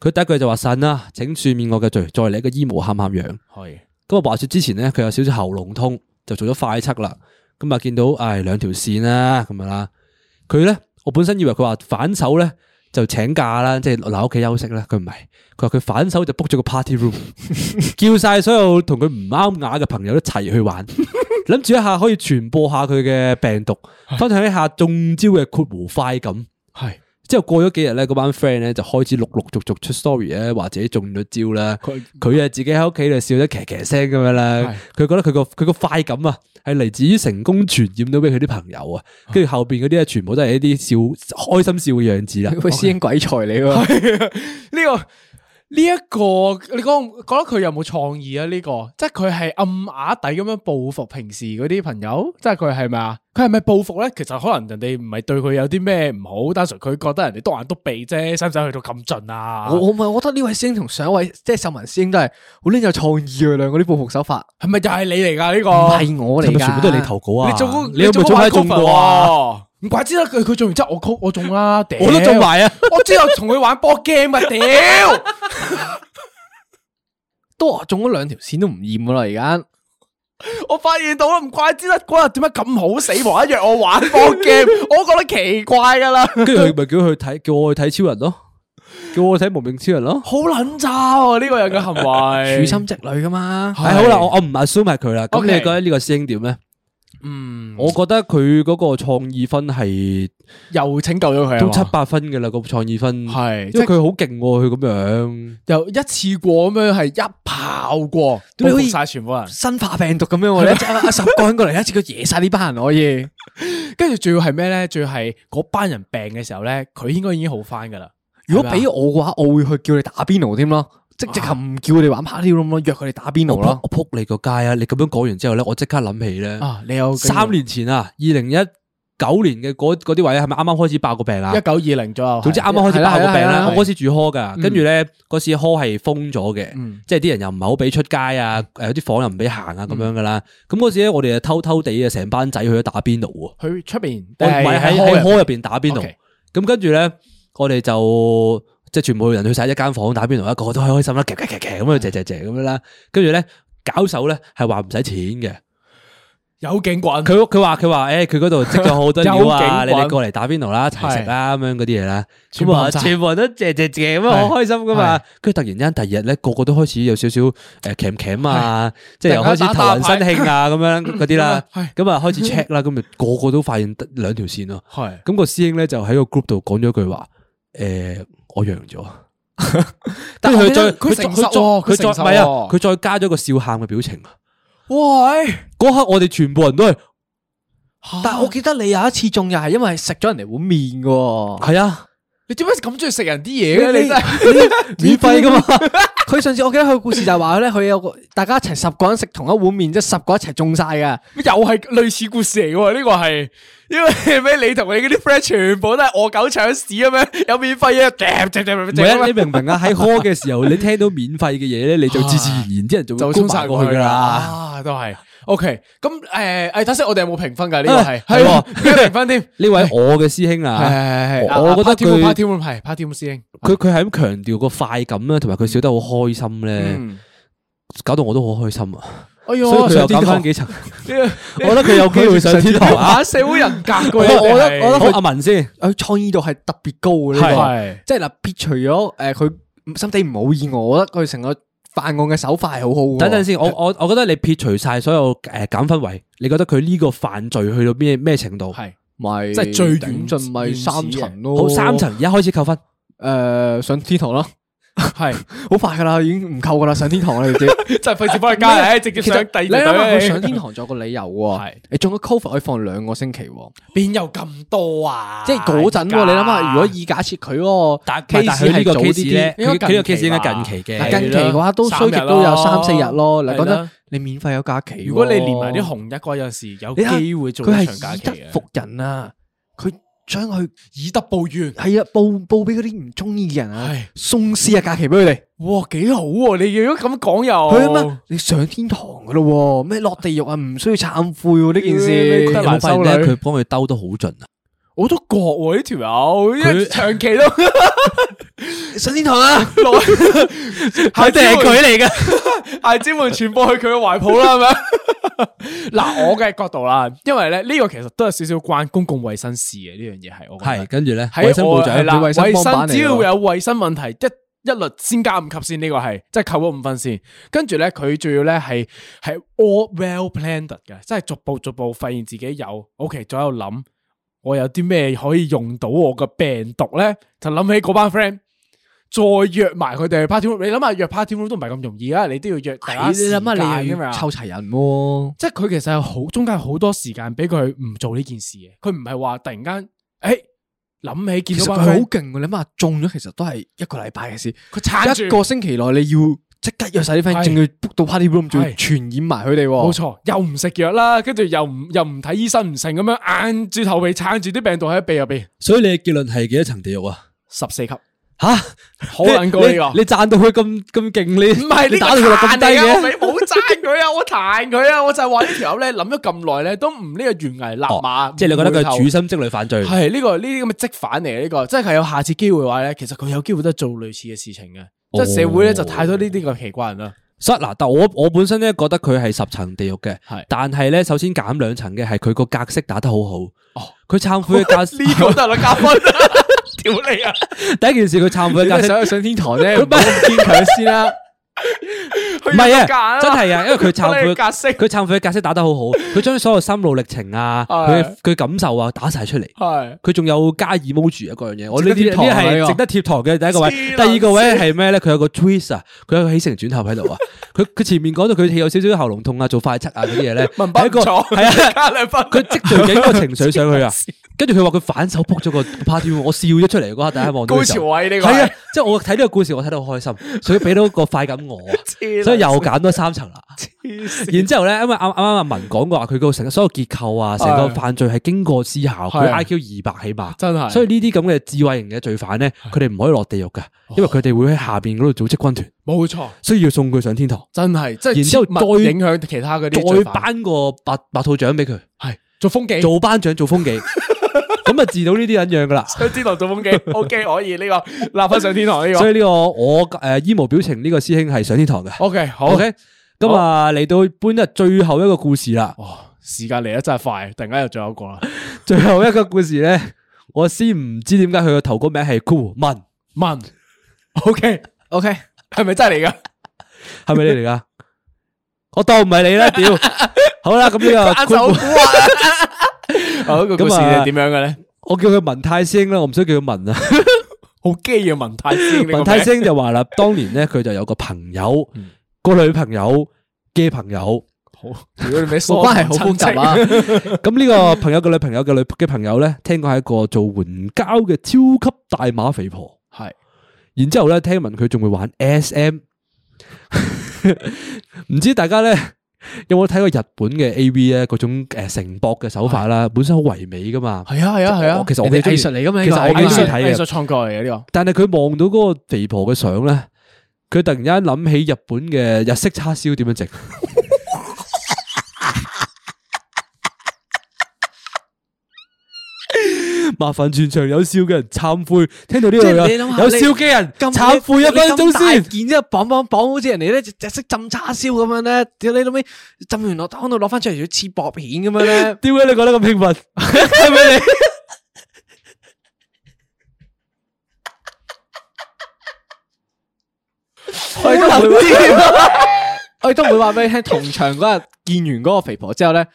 D: 佢第一句就話神啊，請赦免我嘅罪，再嚟一個 emo 喊喊樣。
B: 係
D: 咁啊，話說之前咧，佢有少少喉嚨痛，就做咗快測啦。咁啊，見到唉兩條線啦，咁樣啊啦。佢咧，我本身以為佢話反手咧就請假啦，即係留喺屋企休息啦。佢唔係，佢話佢反手就 book 咗個 party room，叫晒所有同佢唔啱眼嘅朋友一齊去 玩，諗住一下可以傳播下佢嘅病毒，分享一下中招嘅括弧快感。
B: 係，
D: 之後過咗幾日咧，嗰班 friend 咧就開始陸陸續續出 story 咧，話自己中咗招啦。
B: 佢
D: 佢啊自己喺屋企就笑得騎騎聲咁樣啦，佢覺得佢個佢個快感啊，係嚟自於成功傳染到俾佢啲朋友啊，跟住後邊嗰啲啊，全部都係一啲笑開心笑嘅樣子啦。
A: 喂，師兄鬼才你喎！
B: 呢個呢一個，你講覺得佢有冇創意啊？呢個即係佢係暗啞底咁樣報復平時嗰啲朋友，即係佢係咪啊？佢係咪報復咧？其實可能人哋唔係對佢有啲咩唔好，單純佢覺得人哋篤眼篤鼻啫，使唔使去到咁盡啊？
A: 我我唔係，我覺得呢位師兄同上一位即係秀文師兄都係好撚有創意啊！兩個啲報復手法
B: 係咪又係你嚟㗎？呢個
A: 唔係我嚟
D: 係咪
A: 㗎，
D: 全部都係你投稿啊？
B: 你做嗰
D: 你有冇早排中過啊？
B: 啊？唔怪之得佢佢中完之後我 call 我中啦，屌
D: 我都中，埋啊！
B: 我之後同佢玩波 game 啊，屌！
A: 都話中咗兩條線都唔厭㗎啦，而家。
B: 我發現到啦，唔怪之得嗰日點解咁好死亡一約我玩波 game，我覺得奇怪噶啦，
D: 跟住佢咪叫佢去睇，叫我去睇超人咯，叫我去睇無名超人咯。
B: 好撚渣喎呢個人嘅行為，
A: 處心積慮噶嘛。
D: 係好啦，我我唔 assume 係佢啦。咁
B: OK
D: 你覺得呢個師兄點咧？
B: 嗯，
D: 我覺得佢嗰個創意分係
B: 又拯救咗佢啊
D: 都
B: 嘛
D: 七八分嘅啦，個創意分
B: 係
D: 因為
B: 即係
D: 佢好勁喎，佢咁樣。
B: 又一次過咁樣係一炮過，
A: 你
B: 報
A: 可以
B: 復晒全部人。
A: 生化病毒咁樣喎，你一隻啊十個人過嚟，一次佢惹晒呢班人可以。
B: 跟住仲要係咩咧？仲要係嗰班人病嘅時候咧，佢應該已經好翻噶啦。
A: 如果俾我嘅話，我會去叫你打邊爐添咯，即即係唔叫你玩 party room 咯，約佢哋打邊爐
D: 我撲
A: 咯。
D: 我扑你個街啊！你咁樣講完之後咧，我即刻諗起咧，
B: 啊，你有
D: 三年前啊，二零一九年嘅嗰嗰啲位係咪啱啱開始爆個病啊
B: 一？九二零左右，
D: 總之啱啱開始爆個病
A: 哦係啦係嗯
D: 啦，
A: 啦
D: 我嗰時住 hall 噶，跟住咧嗰時 hall 係封咗嘅，
A: 嗯
D: 即係啲人又唔係好俾出街啊，誒有啲房又唔俾行啊咁樣噶啦。咁嗰時咧，我哋就偷偷地啊，成班仔去咗打邊爐喎，
B: 去出邊，
D: 我唔係喺喺 hall 入邊打邊爐
B: OK。
D: 咁跟住咧，我哋就即係全部人去晒一間房打邊爐啦，個個都開開心啦，夾夾夾夾咁樣謝謝謝咁樣啦。跟住咧，搞手咧係話唔使錢嘅。
B: 有警棍，
D: 佢佢話佢話誒，佢嗰度積咗好 多
B: 有
D: 料啊！你
B: 景
D: 哋
B: 品
D: 過嚟打邊爐啦，一齊食啦，咁樣嗰啲嘢啦，
B: 全
D: 咁
B: 部
D: 啊，
B: 人
D: 全部人都謝謝謝咁樣好開心噶嘛。跟住突然間第二日咧，個個都開始有少少誒鉗鉗啊，即係又開始頭暈身興啊，咁樣 嗰啲啦
B: 係。嗯
D: 咁啊開始 check 啦，咁咪個個都發現得兩條線咯。
B: 係
D: 咁個師兄咧就喺個 group 度講咗句話：誒，我陽咗。
B: 但
D: 跟
B: 係
D: 住佢再
B: 佢
D: 再
B: 誠實
D: 再
B: 喎
D: 佢再
B: 佢誠實
D: 唔係啊，
B: 喎
D: 佢再加咗個笑喊嘅表情啊！
B: 喂，
D: 嗰刻我哋全部人都係
A: 但系我记得你有一次中又系因为食咗人哋碗面噶，
D: 系啊，
B: 你做咩咁中意食人啲嘢嘅？你真係
A: 免费噶嘛？佢上次我记得佢故事就系话咧，佢有个大家一齐十个人食同一碗面，即系十个一齐中晒嘅。
B: 又係類似故事嚟嘅喎，呢個係因為咩？你同你嗰啲 friend 全部都係餓狗搶屎咁樣，有免費嘢，嚼嚼嚼嚼
D: 唔系啊，
B: 嚼
D: 你明唔明啊？喺 call 嘅時候，你聽到免費嘅嘢咧，你就自自然然啲人就
B: 就
D: 會
B: 衝
D: 衝
B: 晒
D: 晒
B: 過
D: 過
B: 去
D: 去
B: 㗎
D: 噶
B: 啦。
D: 啦。
B: 啊，都係 OK。咁誒誒，等先，我哋有冇評分㗎？呢個係
D: 啊係
B: 係
D: 喎
B: 咩評分添？
D: 呢位我嘅師兄
B: 係
D: 啊，
B: 係係，
D: 我我覺得佢
B: part time 係 part time 師兄，
D: 佢佢係咁強調個快感啦，同埋佢笑得好開心咧，
B: 嗯，
D: 搞到我都好開心啊！
B: 哎
D: 所以
B: 呦，
D: 佢又
B: 上天
D: 減
B: 堂
D: 翻，幾層，
B: 我
D: 我覺得佢有機會上天堂啊！
B: 玩社會人格嘅，
A: 我
B: 你哋
A: 我覺得
B: 係
A: 我覺得
D: 好，阿文先，
A: 佢創意度係特別高嘅呢
B: 係
A: 個，即係嗱撇除咗誒佢心地唔好以外，我覺得佢成個犯案嘅手法係好好嘅。
D: 等陣先，我我我覺得你撇除晒所有誒減分位，你覺得佢呢個犯罪去到咩咩程度？
B: 係
A: 咪
B: 即係最原
A: 頂盡咪
B: 原始
A: 三
B: 嘅
A: 層咯，呃
D: 好三層，而家開始扣分。
A: 誒上天堂咯，
B: 係
A: 好快噶啦，已經唔夠噶啦，上天堂啦，你知。
B: 真係費事幫你加啦，唉直接
A: 其
B: 上
A: 實
B: 第二
A: 你諗下
B: 隊
A: 佢上天堂仲有個理由喎
D: 啊
B: 係，
A: 你中咗 Covid 可以放兩個星期喎，
B: 邊有咁多啊？
A: 即係嗰陣喎，你諗下，如果以假設佢嗰個
D: 但
A: case
D: 但係佢呢
A: 係
D: 個
A: 早啲
D: case 咧，佢
A: 啲，
D: 佢呢個
B: 近
D: case
B: 期
D: 應該
B: 吧
D: 近期嘅。
A: 嗱近期嘅話都衰極都有三四日咯。嗱
B: 係啦
A: 講真，你免費有假期喎，
B: 如果你連埋
D: 哎
B: 啲紅一嗰陣時，有
A: 你睇下
B: 機會做
A: 佢
B: 一
A: 係
B: 長假
A: 以
B: 期
A: 德
B: 嘅。
A: 服人啊！佢將佢
B: 以德報怨，
A: 係啊報報俾嗰啲唔中意嘅人啊
B: 係，
A: 送私日假期俾佢哋。
B: 哇幾好喎！你如果咁講又
A: 佢啊嘛，你上天堂噶咯喎，咩落地獄啊，唔需要懺悔喎呢件
B: 佢
A: 事。
B: 係
D: 我
B: 難
D: 發現
B: 修
D: 咧，
B: 女
D: 佢幫佢兜得好盡啊！
B: 我都覺喎呢條友，因為長期都
A: 上天堂啊！
B: 落，
D: 佢
B: 佢
D: 哋係佢嚟嘅，
B: 艾尖門全部去佢嘅懷抱啦，係咪？ 嗱，我嘅角度啦，因為咧呢個其實都有少少關公共衛生事嘅呢樣嘢係，我覺得
D: 係跟住咧，
B: 喺
D: 衞生部
B: 我係
D: 長
B: 啦，
A: 佢衛生
B: 衛
A: 幫
B: 生
A: 板嚟
B: 只要
A: 㗎
B: 有衛生問題，一一律先加五級先，呢個係即係扣咗五分先。跟住咧，佢仲要咧係係 all well planned 嘅，即係逐步逐步發現自己有 OK，仲喺度諗我有啲咩可以用到我嘅病毒咧，就諗起嗰班 friend。再約埋佢哋去 party room，你諗下約 party room 都唔係咁容易啊！你都要約大家
A: 哎你諗下，你
B: 時
A: 又
B: 間㗎嘛
A: 要湊齊人喎。
B: 即係佢其實有好中間有好多時間俾佢唔做呢件事嘅，佢唔係話突然間誒諗起
A: 其
B: 見
A: 實
B: 到
A: 佢
B: 班
A: 好
B: friend
A: 勁喎，你諗下中咗其實都係一個禮拜嘅事，
B: 佢撐住
A: 一個星期內你要即刻約晒
B: 係
A: 啲 friend，仲要 book 到 party room，仲要
B: 係
A: 傳染埋佢哋喎。
B: 冇錯，又唔食藥啦，跟住又唔又唔睇醫生唔成咁樣，硬住頭皮撐住啲病毒喺鼻入邊，
D: 所以你嘅結論係幾多層地獄啊？
B: 十四級
D: 吓，
B: 好撚高呢個
D: 你你讚到佢咁咁勁，你
B: 唔係
D: 你
B: 呢
D: 打到
B: 個
D: 佢落咁低
B: 彈嚟㗎我
D: 嘅，
B: 咪冇讚佢啊，我彈佢啊，我就係話呢條友咧諗咗咁耐咧，都唔呢個懸崖勒馬，
D: 哦即係你覺得佢
B: 唔
D: 係
B: 回
D: 處
B: 頭
D: 心積慮犯罪，
B: 係呢個呢啲咁嘅積反嚟嘅呢個，即係佢有下次機會嘅話咧，其實佢有機會都係做類似嘅事情嘅，
D: 哦
B: 即係社會咧就太多呢啲咁奇怪人啦。
D: 所以嗱，但我我本身咧覺得佢係十層地獄嘅，
B: 係
D: 但係咧首先減兩層嘅係佢個格式打得好好，哦，佢懺悔嘅格式，
B: 呢個都係啦，加分啦，屌你啊！
D: 第一件事佢懺悔嘅格
A: 你
D: 式。
A: 想去上天堂咧，唔好咁堅強先啦。
B: 唔
D: 唔係啊，真係啊，因為佢 懺悔
B: 格式
D: 佢懺悔嘅格式打得好好，佢將所有心路歷程啊，
B: 係
D: 佢佢感受啊，打晒出嚟。
B: 係
D: 佢仲有加 emoji 啊，嗰樣嘢，我呢
A: 值
D: 啲
A: 得貼
D: 呢啲
A: 堂啊呢個
D: 係值得貼堂嘅第一個位。
B: 黐
D: 第二個位係咩咧？佢有個 twist 啊，佢有個起承轉合喺度啊。佢佢前面講到佢有少少喉嚨痛啊，做快測啊嗰啲嘢咧，
B: 文筆
D: 係一個
B: 唔錯
D: 係啊，
B: 加兩分。
D: 佢積聚緊個情緒上 去啊。跟住佢話佢反手撲咗個 party room，我笑咗出嚟嗰下，大家望到嘅時候
B: 高潮位呢個係
D: 係啊，即係我睇呢個故事，我睇得好開心， 所以俾到個快感我啊，
B: 黐撚
D: 所以又減多三層啦。
B: 黐線
D: 然之後咧，因為啱啱啱阿文講過話，佢個成所有結構啊，成個犯罪係經過思考，佢
B: 係
D: I Q 二百起碼，
B: 真係
D: 所以呢啲咁嘅智慧型嘅罪犯咧，佢哋唔可以落地獄噶，
B: 哦
D: 因為佢哋會喺下邊嗰度組織軍團，
B: 冇錯，
D: 需要送佢上天堂，
B: 真係即係
D: 然之後
B: 切勿
D: 再
B: 影響其他嗰啲罪
D: 再
B: 犯
D: 頒個白白兔獎俾佢，
B: 係做風紀，
D: 做班長做風 紀，咁啊治到呢啲人樣噶啦。
B: 想知道做風紀 OK 可以呢個立翻上天堂呢
D: 所
B: 個
D: 以呢個我誒醫無表情呢個師兄係上天堂嘅。
B: OK 好
D: OK，咁啊嚟到本日最後一個故事啦。
B: 哦，時間嚟得真係快，突然間又仲有一個啦。
D: 最後一個故事咧， 我先唔知點解佢個頭個名係 Cool 文，
B: 問 OK OK 係咪真係嚟㗎？
D: 係咪你 嚟噶？我當唔係你啦，屌！好啦，咁呢個
B: 眼手
D: Cool
B: 好
D: 文
B: 估啊！好個故事
D: 咁啊
B: 係點樣嘅咧？
D: 我叫佢文泰師兄啦，我唔想叫佢文啊。
B: 好基嘅文泰師兄呢個名，
D: 文泰師兄
B: 嗯
D: 就話啦，當年咧佢就有個朋友，個女朋友嘅朋友
B: 好，如果你咩疏
A: 個關係好複雜啊！
D: 咁呢個朋友嘅女朋友嘅女嘅朋友咧，聽講係一個做援交嘅超級大馬肥婆，
B: 係
D: 然之后咧，聽聞佢仲會玩 SM，唔知大家咧有冇睇過日本嘅 AV 咧嗰種诶成搏嘅手法啦，本身好唯美噶嘛，
B: 係啊係啊係啊
D: 哦我，其實我
A: 人
D: 幾
A: 哋
D: 中意
A: 藝術嚟㗎嘛呢
D: 其
A: 個
D: 實我
A: 係
D: 幾中意
A: 藝
D: 睇
B: 藝
D: 嘅
B: 術，創作嚟嘅呢
D: 但係佢望到嗰個肥婆嘅相咧，佢突然間諗起日本嘅日式叉燒點樣 整。麻煩全場有笑嘅人懺悔，聽到呢度
A: 即係
D: 有
A: 你諗下
D: 有
A: 你
D: 笑嘅人
A: 咁
D: 懺悔一
A: 你
D: 分
A: 咁
D: 鐘
A: 大
D: 先。。
A: 件一綁綁綁，好似人哋咧就識浸叉燒咁樣咧，屌你老尾浸完落湯度攞翻出嚟，要切薄片咁樣 咧
D: 點解你覺得咁興奮？係咪你？
A: 我亦都唔會
B: 啊
A: 話，我亦都唔會話俾你聽。同場嗰日見完嗰個肥婆之後咧，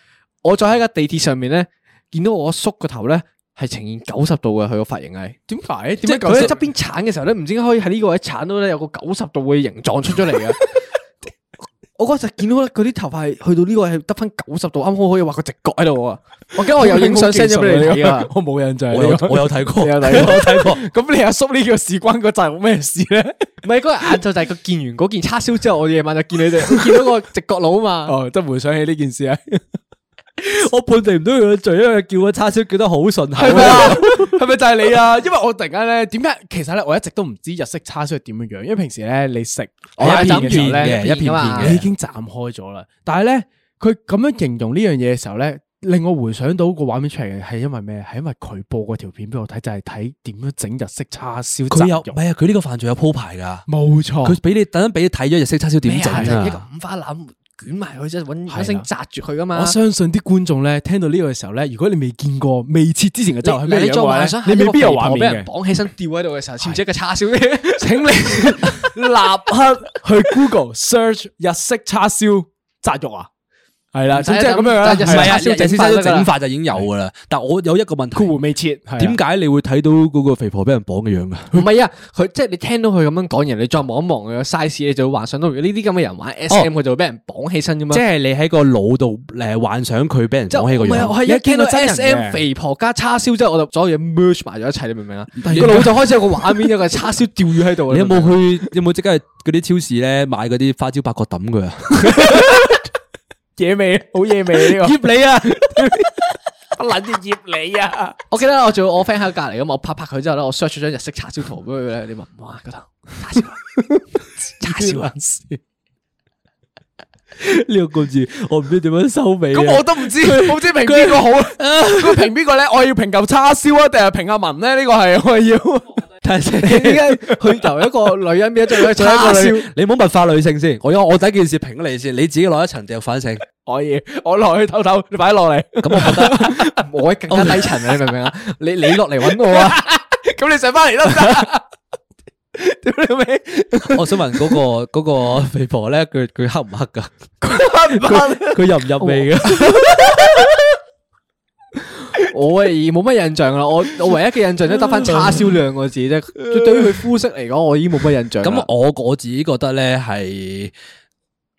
A: 我再喺個地鐵上面咧見到我叔個頭咧係呈現九十度嘅，佢個髮型係。
B: 啲，點解？
A: 即
B: 點
A: 係
B: 解
A: 佢喺
B: 咁
A: 側邊鏟嘅時候咧，唔知點解可以喺呢個位鏟到咧有個九十度嘅形狀出咗嚟嘅。我嗰陣見到咧，佢啲頭髮係去到呢個係得翻九十度，啱好可以畫個直角喺度啊！我驚我有影相 send 咗俾你睇啊！
B: 我冇印象。
D: 我有我有睇過，
A: 你有
D: 我
A: 睇過
D: 有睇過。
B: 咁你阿叔呢個事關個債咩事咧？
A: 唔係嗰日晏晝就係佢見完嗰件叉燒之後，我夜晚就見 你哋見到個直角佬啊嘛。
B: 哦，即係回想起呢件事啊，
D: 我判定唔到佢嘅罪，因為佢叫個叉燒叫得好順口。
B: 係咪啊？係咪就係你啊？因為我突然間咧，點解其實咧，我一直都唔知日式叉燒係點樣樣，因為平時咧你食
D: 我
B: 一片
D: 係
B: 嘅時候
D: 嘅
B: 咧，
D: 一片片嘅
B: 你已經斬開咗啦。但係咧，佢咁樣形容呢樣嘢嘅時候咧，令我回想到個畫面出嚟係因為咩？係因為佢播嗰條片俾我睇，就係睇點樣整日式叉燒
D: 佢有
B: 雜肉。
D: 唔係啊？佢呢個犯罪有鋪排㗎。
B: 冇錯，
D: 佢俾你等陣俾你睇咗日式叉燒點整
A: 哦咩啊就係一個
D: 啊！
A: 五花腩捲埋佢，即係啊揾
B: 係啦
A: 一聲扎住佢噶嘛。
B: 我相信啲觀眾咧聽到呢個嘅時候咧，如果你未見過、未切之前嘅就係
A: 你
B: 咩
A: 你
B: 樣
A: 再
B: 嘅話
A: 幻
B: 呢
A: 想
B: 你
A: 下一個
B: 未必有
A: 肥婆
B: 畫
A: 俾
B: 面
A: 人
B: 嘅。
A: 綁起身吊喺度嘅時候，似唔似一個叉燒 咧？
B: 請你立刻去 Google search 日式叉燒炸肉啊，係啦，
A: 唔
B: 即
A: 使
B: 係咁樣
A: 就
B: 啦，
A: 就
D: 唔
B: 係
D: 係
B: 啦
D: 啊，
A: 日式
D: 日式叉
A: 叉
D: 燒
A: 燒整
D: 整
A: 法
D: 法就已經有㗎啦。但我有一個問
B: 括弧
D: 題，
B: 未切，係啊
D: 點解你會睇到嗰個肥婆俾人綁嘅樣㗎？
A: 唔係啊，佢即係你聽到佢咁樣講嘢，你再望一望佢嘅 size，你就會幻想到如果呢啲咁嘅人玩 S.M，佢就會俾人綁起身噶嘛。
D: 即係你喺個腦度誒幻想佢俾人
A: 即係
D: 綁起個
A: 唔係啊我
D: 樣。
A: 係一聽到
B: 你見過真人
A: S.M
B: 嘅
A: 肥婆加叉燒之後，我就所有嘢 merge 埋咗一齊，你明唔明啊？個
D: 但係
A: 腦就開始有個畫面，有個叉燒釣魚喺 度啊。
D: 你有
A: 明唔
D: 冇
A: 明啊？
D: 去？有冇即刻去嗰啲超市咧買嗰啲花椒八角抌佢啊？
B: 野味？好野味呢
D: 醃你啊！
B: 個，我諗住醃你啊！
A: 我記得我做我 friend 喺隔離咁，我拍拍佢之後咧，我 search 咗張日式叉燒圖俾佢咧，你問哇嗰頭叉燒啊叉燒 啊！
D: 呢個故事我唔知點樣收尾啊。
B: 咁我都唔知，我唔知評邊個好，佢評邊個咧？我要評嚿叉燒啊，定係評阿文咧？呢個係我 要。
D: 睇下先。
A: 點 解佢由一個女人變咗做一個
D: 做一
A: 叉
D: 個
A: 燒
D: 女？你唔好物化女性先。我我第一件事評咗你先，你自己攞一層掉反省。
B: 可以，我落去偷偷，你擺落嚟。
D: 咁我覺得。
A: 我更加低層啊！你明唔 明啊？你你落嚟揾 我啊！
B: 咁你上翻嚟得唔得？屌你尾，
D: 我想問嗰、個嗰個肥婆咧，佢佢黑唔黑噶？佢入唔入味噶？
A: 我已冇乜印象啦，我我唯一嘅印象都得翻叉燒兩個字啫。對於佢膚色嚟講，我已經冇乜印象啦。
D: 咁我我自己覺得咧係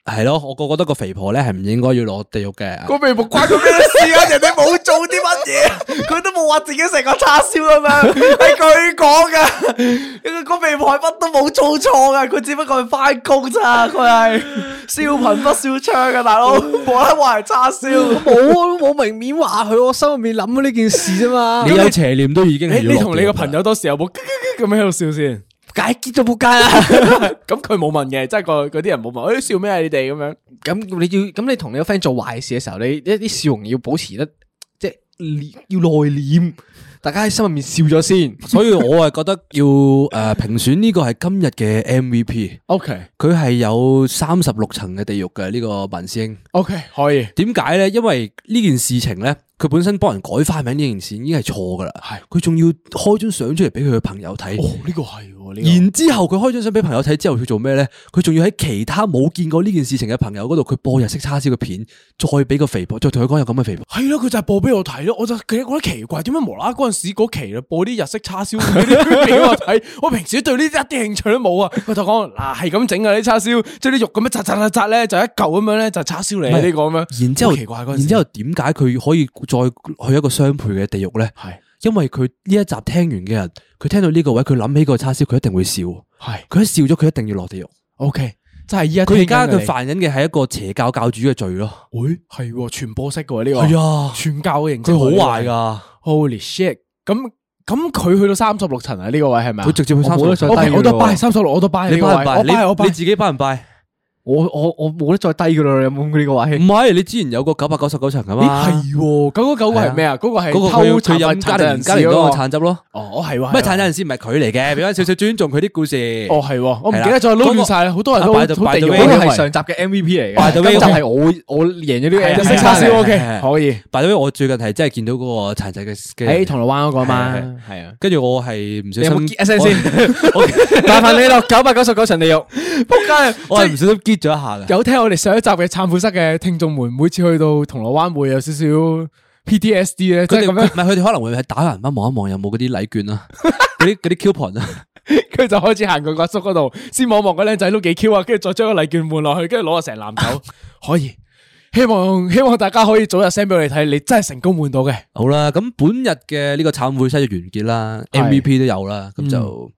D: 係咯，我覺得個肥婆咧係唔應該要落地獄嘅。
B: 眉毛關佢咩事啊？ 人哋冇做啲乜嘢，佢都冇話自己食過叉燒咁 樣，係佢講噶。個眉毛係乜都冇做錯噶，佢只不過係翻工咋，佢係 笑貧不笑娼噶，大佬冇得話係叉燒。
A: 冇啊，都冇明面話佢，我心入面諗咗呢件事啫嘛。
D: 你有邪念都
B: 哎
D: 已經係要落地獄㗎
B: 個友當時有冇咁喺度笑先？
A: 解結咗仆街啦！
B: 咁佢冇問嘅，即係個嗰啲人冇問，誒笑咩啊你哋咁樣？
A: 咁你要咁你同你個 friend 做壞事嘅時候，你一啲笑容要保持得即係要內
D: 嗯
A: 斂，大家喺心入面笑咗先。
D: 所以我係覺得要 誒、呃、評選呢個係今日嘅 MVP，
B: O K
D: 佢係有三十六層嘅地獄嘅呢、個文師兄。
B: O K 可以。
D: 點解咧？因為呢件事情咧，佢本身幫人改花名呢件事已經係錯噶啦，
B: 係
D: 佢仲要開張相出嚟俾佢嘅朋友睇。
B: 哦，呢個係喎，呢
D: 然之後佢開張相俾朋友睇之後，佢做咩咧？佢仲要喺其他冇見過呢件事情嘅朋友嗰度，佢播日式叉燒嘅片，再俾個肥婆，再同佢講有咁嘅肥婆。
B: 個係咯，佢就係播俾我睇咯，我就覺得奇怪，點解無啦啦嗰陣时嗰期啊播啲日式叉烧嗰 啲俾我睇，我平时對呢啲一啲興趣都冇啊。佢就講嗱係咁整啊啲叉燒，將啲肉咁樣扎扎扎扎咧就一嚿咁樣咧就叉燒嚟
D: 唔係
B: 呢個咁樣。
D: 然之後，
B: 好奇怪嗰陣時
D: 然之後點解佢可以再去一個雙倍嘅地獄咧？
B: 係
D: 因為佢呢一集聽完嘅人，佢聽到呢個位，佢諗起個叉燒，佢一定會笑。
B: 係
D: 佢一笑咗，佢一定要落地獄。
B: OK，真係依家
D: 佢而家
B: 聽緊嘅
D: 佢
B: 你
D: 犯緊嘅係一個邪教教主嘅罪咯。
B: 喂，系傳播式嘅喎呢個，
D: 係啊
B: 傳教嘅形式
D: 佢
B: 喎，
D: 好壞
B: 呢
D: 噶，
B: 個係。Holy shit！咁咁佢去到三十六層啊？呢個位係咪啊？
D: 佢直接去三十六層
B: OK，
A: 低㗎
B: 我都
A: 咯
B: 拜三十六，我都拜
D: 你
B: 呢個位，
D: 拜唔拜？
B: 我拜我
D: 你
B: 拜
D: 你。自己拜唔拜？
A: 我我我冇得再低噶啦，有冇呢個
D: 唔
A: 位？
D: 係，你之前有個九百九十九層噶嘛？
B: 咦啊系九九九係咩啊？嗰個係
D: 嗰個佢
B: 偷殘
D: 佢飲
B: 疾
D: 加
B: 人
D: 連加
B: 士
D: 連
B: 嗰
D: 嗰
B: 個
D: 個橙汁咯。
B: 哦，係喎，
D: 咩
B: 係喎
D: 殘疾人士唔係佢嚟嘅，俾翻少少尊重佢啲故事。
B: 哦，係喎，我唔
D: 係啦
B: 記得咗，撈亂晒啦，好多人都好
D: 啊擺到
B: 好
D: 擺
B: 地
D: 到
B: 獄
A: 嗰個
B: 嘅
D: 因
A: 係
D: 為
A: 上集嘅 MVP 嚟
D: By the
A: 嘅，今
D: way，
A: 集
D: 我
A: 係我我贏咗呢個
B: 係啊
A: 日
B: 日
A: 式
B: 式
A: 叉
B: 叉
A: 燒
B: 燒
A: ，OK，
B: OK，可以。
D: By the way，我最近係真係見到嗰個殘疾嘅嘅人
A: 喺
B: 哎
A: 銅鑼灣嗰個啊嘛
D: 係係，
A: 係啊。
D: 跟住我係唔小
A: 你有冇
D: 心
A: 結一聲先？麻煩你落九百九十九層地獄，仆街！
D: 我
A: 我
D: 係唔
A: 係
D: 小心結咗一下嘅。
B: 有聽我哋上一集嘅忏悔室嘅聽眾們，每次去到銅鑼灣會有少少 PTSD 咧，即
D: 佢
B: 係
D: 哋
B: 咁
D: 唔係
B: 樣，
D: 佢哋可能會喺打完翻望一望有冇嗰啲禮券 啊，嗰啲嗰啲 coupon 啊，
B: 佢就開始行佢個阿叔嗰度，先望望個僆仔都幾 Q 啊，跟住再將個禮券換落去，跟住攞個成籃 走，可以。希望希望大家可以早日 send 俾我哋睇，你真係成功換到嘅。
D: 好啦，咁本日嘅呢個忏悔室就完結啦
B: 係
D: ，MVP 都有啦，咁就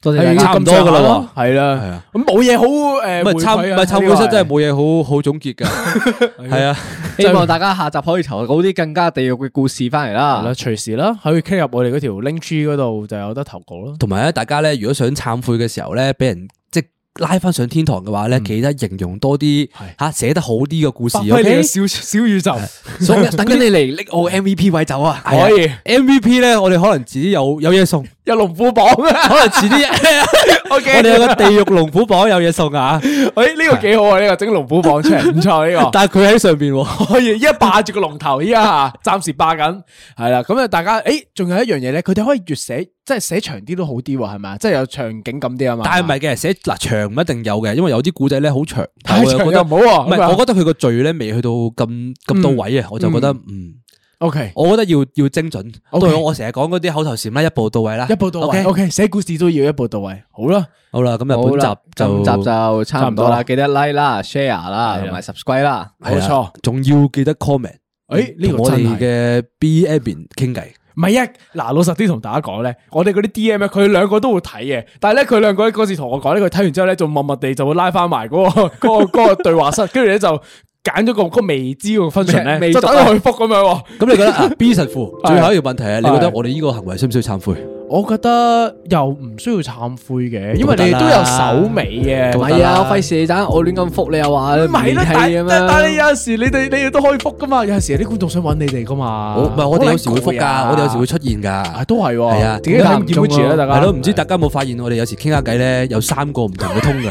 A: 多
B: 係
A: 謝大
D: 啊差
A: 家。
D: 唔多㗎啦
B: 係
D: 係
B: 啦
D: 啊，
B: 咁冇嘢好诶，
D: 唔係
B: 慚
D: 忏啊唔係忏悔室真係冇嘢好好總結噶， 係啊，
A: 希望大家下集可以投稿啲更加地獄嘅故事翻嚟
B: 係啦，
A: 啦。
B: 隨時
D: 啊
B: 啦，可以 click 入我哋嗰條 link tree 嗰度就有得投稿啦。
D: 同埋咧，大家咧如果想懺悔嘅時候咧，俾人即係拉翻上天堂嘅話咧，記得形容多啲吓寫得好啲嘅故事
B: 發 哎揮你嘅
D: ，OK。
B: 小小宇宙，
A: 所以等緊你嚟拎我 MVP 位走啊！
B: 可以
D: MVP 咧，我哋可能自己有有嘢 送，
B: 有龍虎榜啊！
D: 可能遲啲 我哋有個地獄 龍虎榜有嘢送啊，
B: 诶，呢個幾好啊！呢個整龍虎榜出嚟，唔錯 呢個。
D: 但係佢喺上边喎。
B: 可以，依家霸住個龍頭，依家暫時霸緊，係啦。咁啊，大家诶，仲有一樣嘢咧，佢哋可以越寫，即係寫長啲都好啲喎，係咪啊？即係有場景感啲啊嘛。
D: 但系唔係嘅，寫嗱長唔一定有嘅，因為有啲古仔咧好 長，但
B: 太
D: 啊我
B: 長
D: 又覺
B: 又
D: 得
B: 唔好喎。
D: 唔係，
B: 咁啊
D: 我覺得佢個罪咧未去到咁咁到位啊，我就覺得嗯，
B: OK，
D: 我覺得要要精準。
B: OK
D: 對我成日講嗰啲口頭禪啦，一步到位啦，
B: 一步到
D: OK？
B: 位。OK，寫故事都要一步到位。好啦，
D: 好啦，咁
A: 好啦
D: 啊，本
A: 今
D: 集
A: 集
D: 就
A: 就差唔多啦，記得 like 啦、share 啦，
B: 係啦
A: 同埋 subscribe 啦。
B: 冇錯。
D: 仲要記得 comment。
B: 誒呢個
D: 啊同我
B: 真
D: 哋
B: 係
D: 嘅 B Admin 傾偈，
B: 唔係啊，嗱，老實啲同大家講咧，我哋嗰啲 D M 咧，佢兩個都會睇嘅，但係咧佢兩個咧嗰次同我講咧，佢睇完之後咧，仲默默地就會拉翻埋嗰個 嗰、個嗰、個對話室，跟住咧就揀咗個個未知個 function
A: 未
B: 咧，
A: 讀
B: 就
A: 啊
B: 等佢覆咁樣喎。
D: 咁你覺得 啊 B 神父
B: 係
D: 最後一個問題啊，你覺得
B: 係
D: 我哋呢個行為需唔需要懺悔？
B: 我覺得又唔需要懺悔嘅，因為你
D: 都
B: 哋
D: 得
B: 都
D: 啦
B: 有手尾嘅。
A: 唔
B: 唔
A: 係啊，我費事你陣我亂咁覆你又話唔
B: 係啊啦，但
A: 氣咁
B: 但但係
A: 樣
B: 你。有時你哋你哋都可以覆噶嘛，有時有啲觀眾想揾你哋噶嘛。
D: 我唔係我哋有時會
B: 啊好
D: 覆
B: 撚攰啊
D: 㗎，我哋有時會出現㗎
B: 啊。都係喎，
D: 係啊
B: 點解睇唔見 emoji 咧？大家
D: 係咯，唔知大家有冇發現我哋有時傾下偈咧，有三個唔同嘅通噶，
B: 呢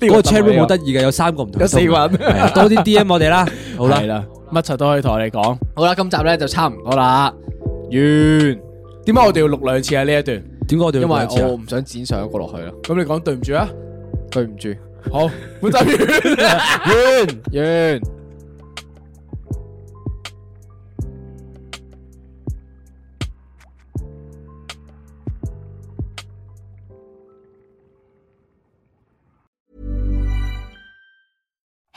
D: 嗰個
B: 真係
D: chat room
B: 有
D: 好得意嘅，有三個唔同嘅通㗎，
B: 有四個人
D: 係啊多啲 DM 我哋啦，好啦
B: 係，啦，乜柒都可以同我哋講。
A: 好啦，今集咧就差唔多啦，
B: 完。點解我哋要錄兩次啊？呢一段，
D: 點解我哋
A: 因
D: 要
A: 為
D: 講一次啊
A: 我？唔想剪上一個落去啦。
B: 咁你講對唔住啊？
A: 對唔住，
B: 好，本集完。
A: 完。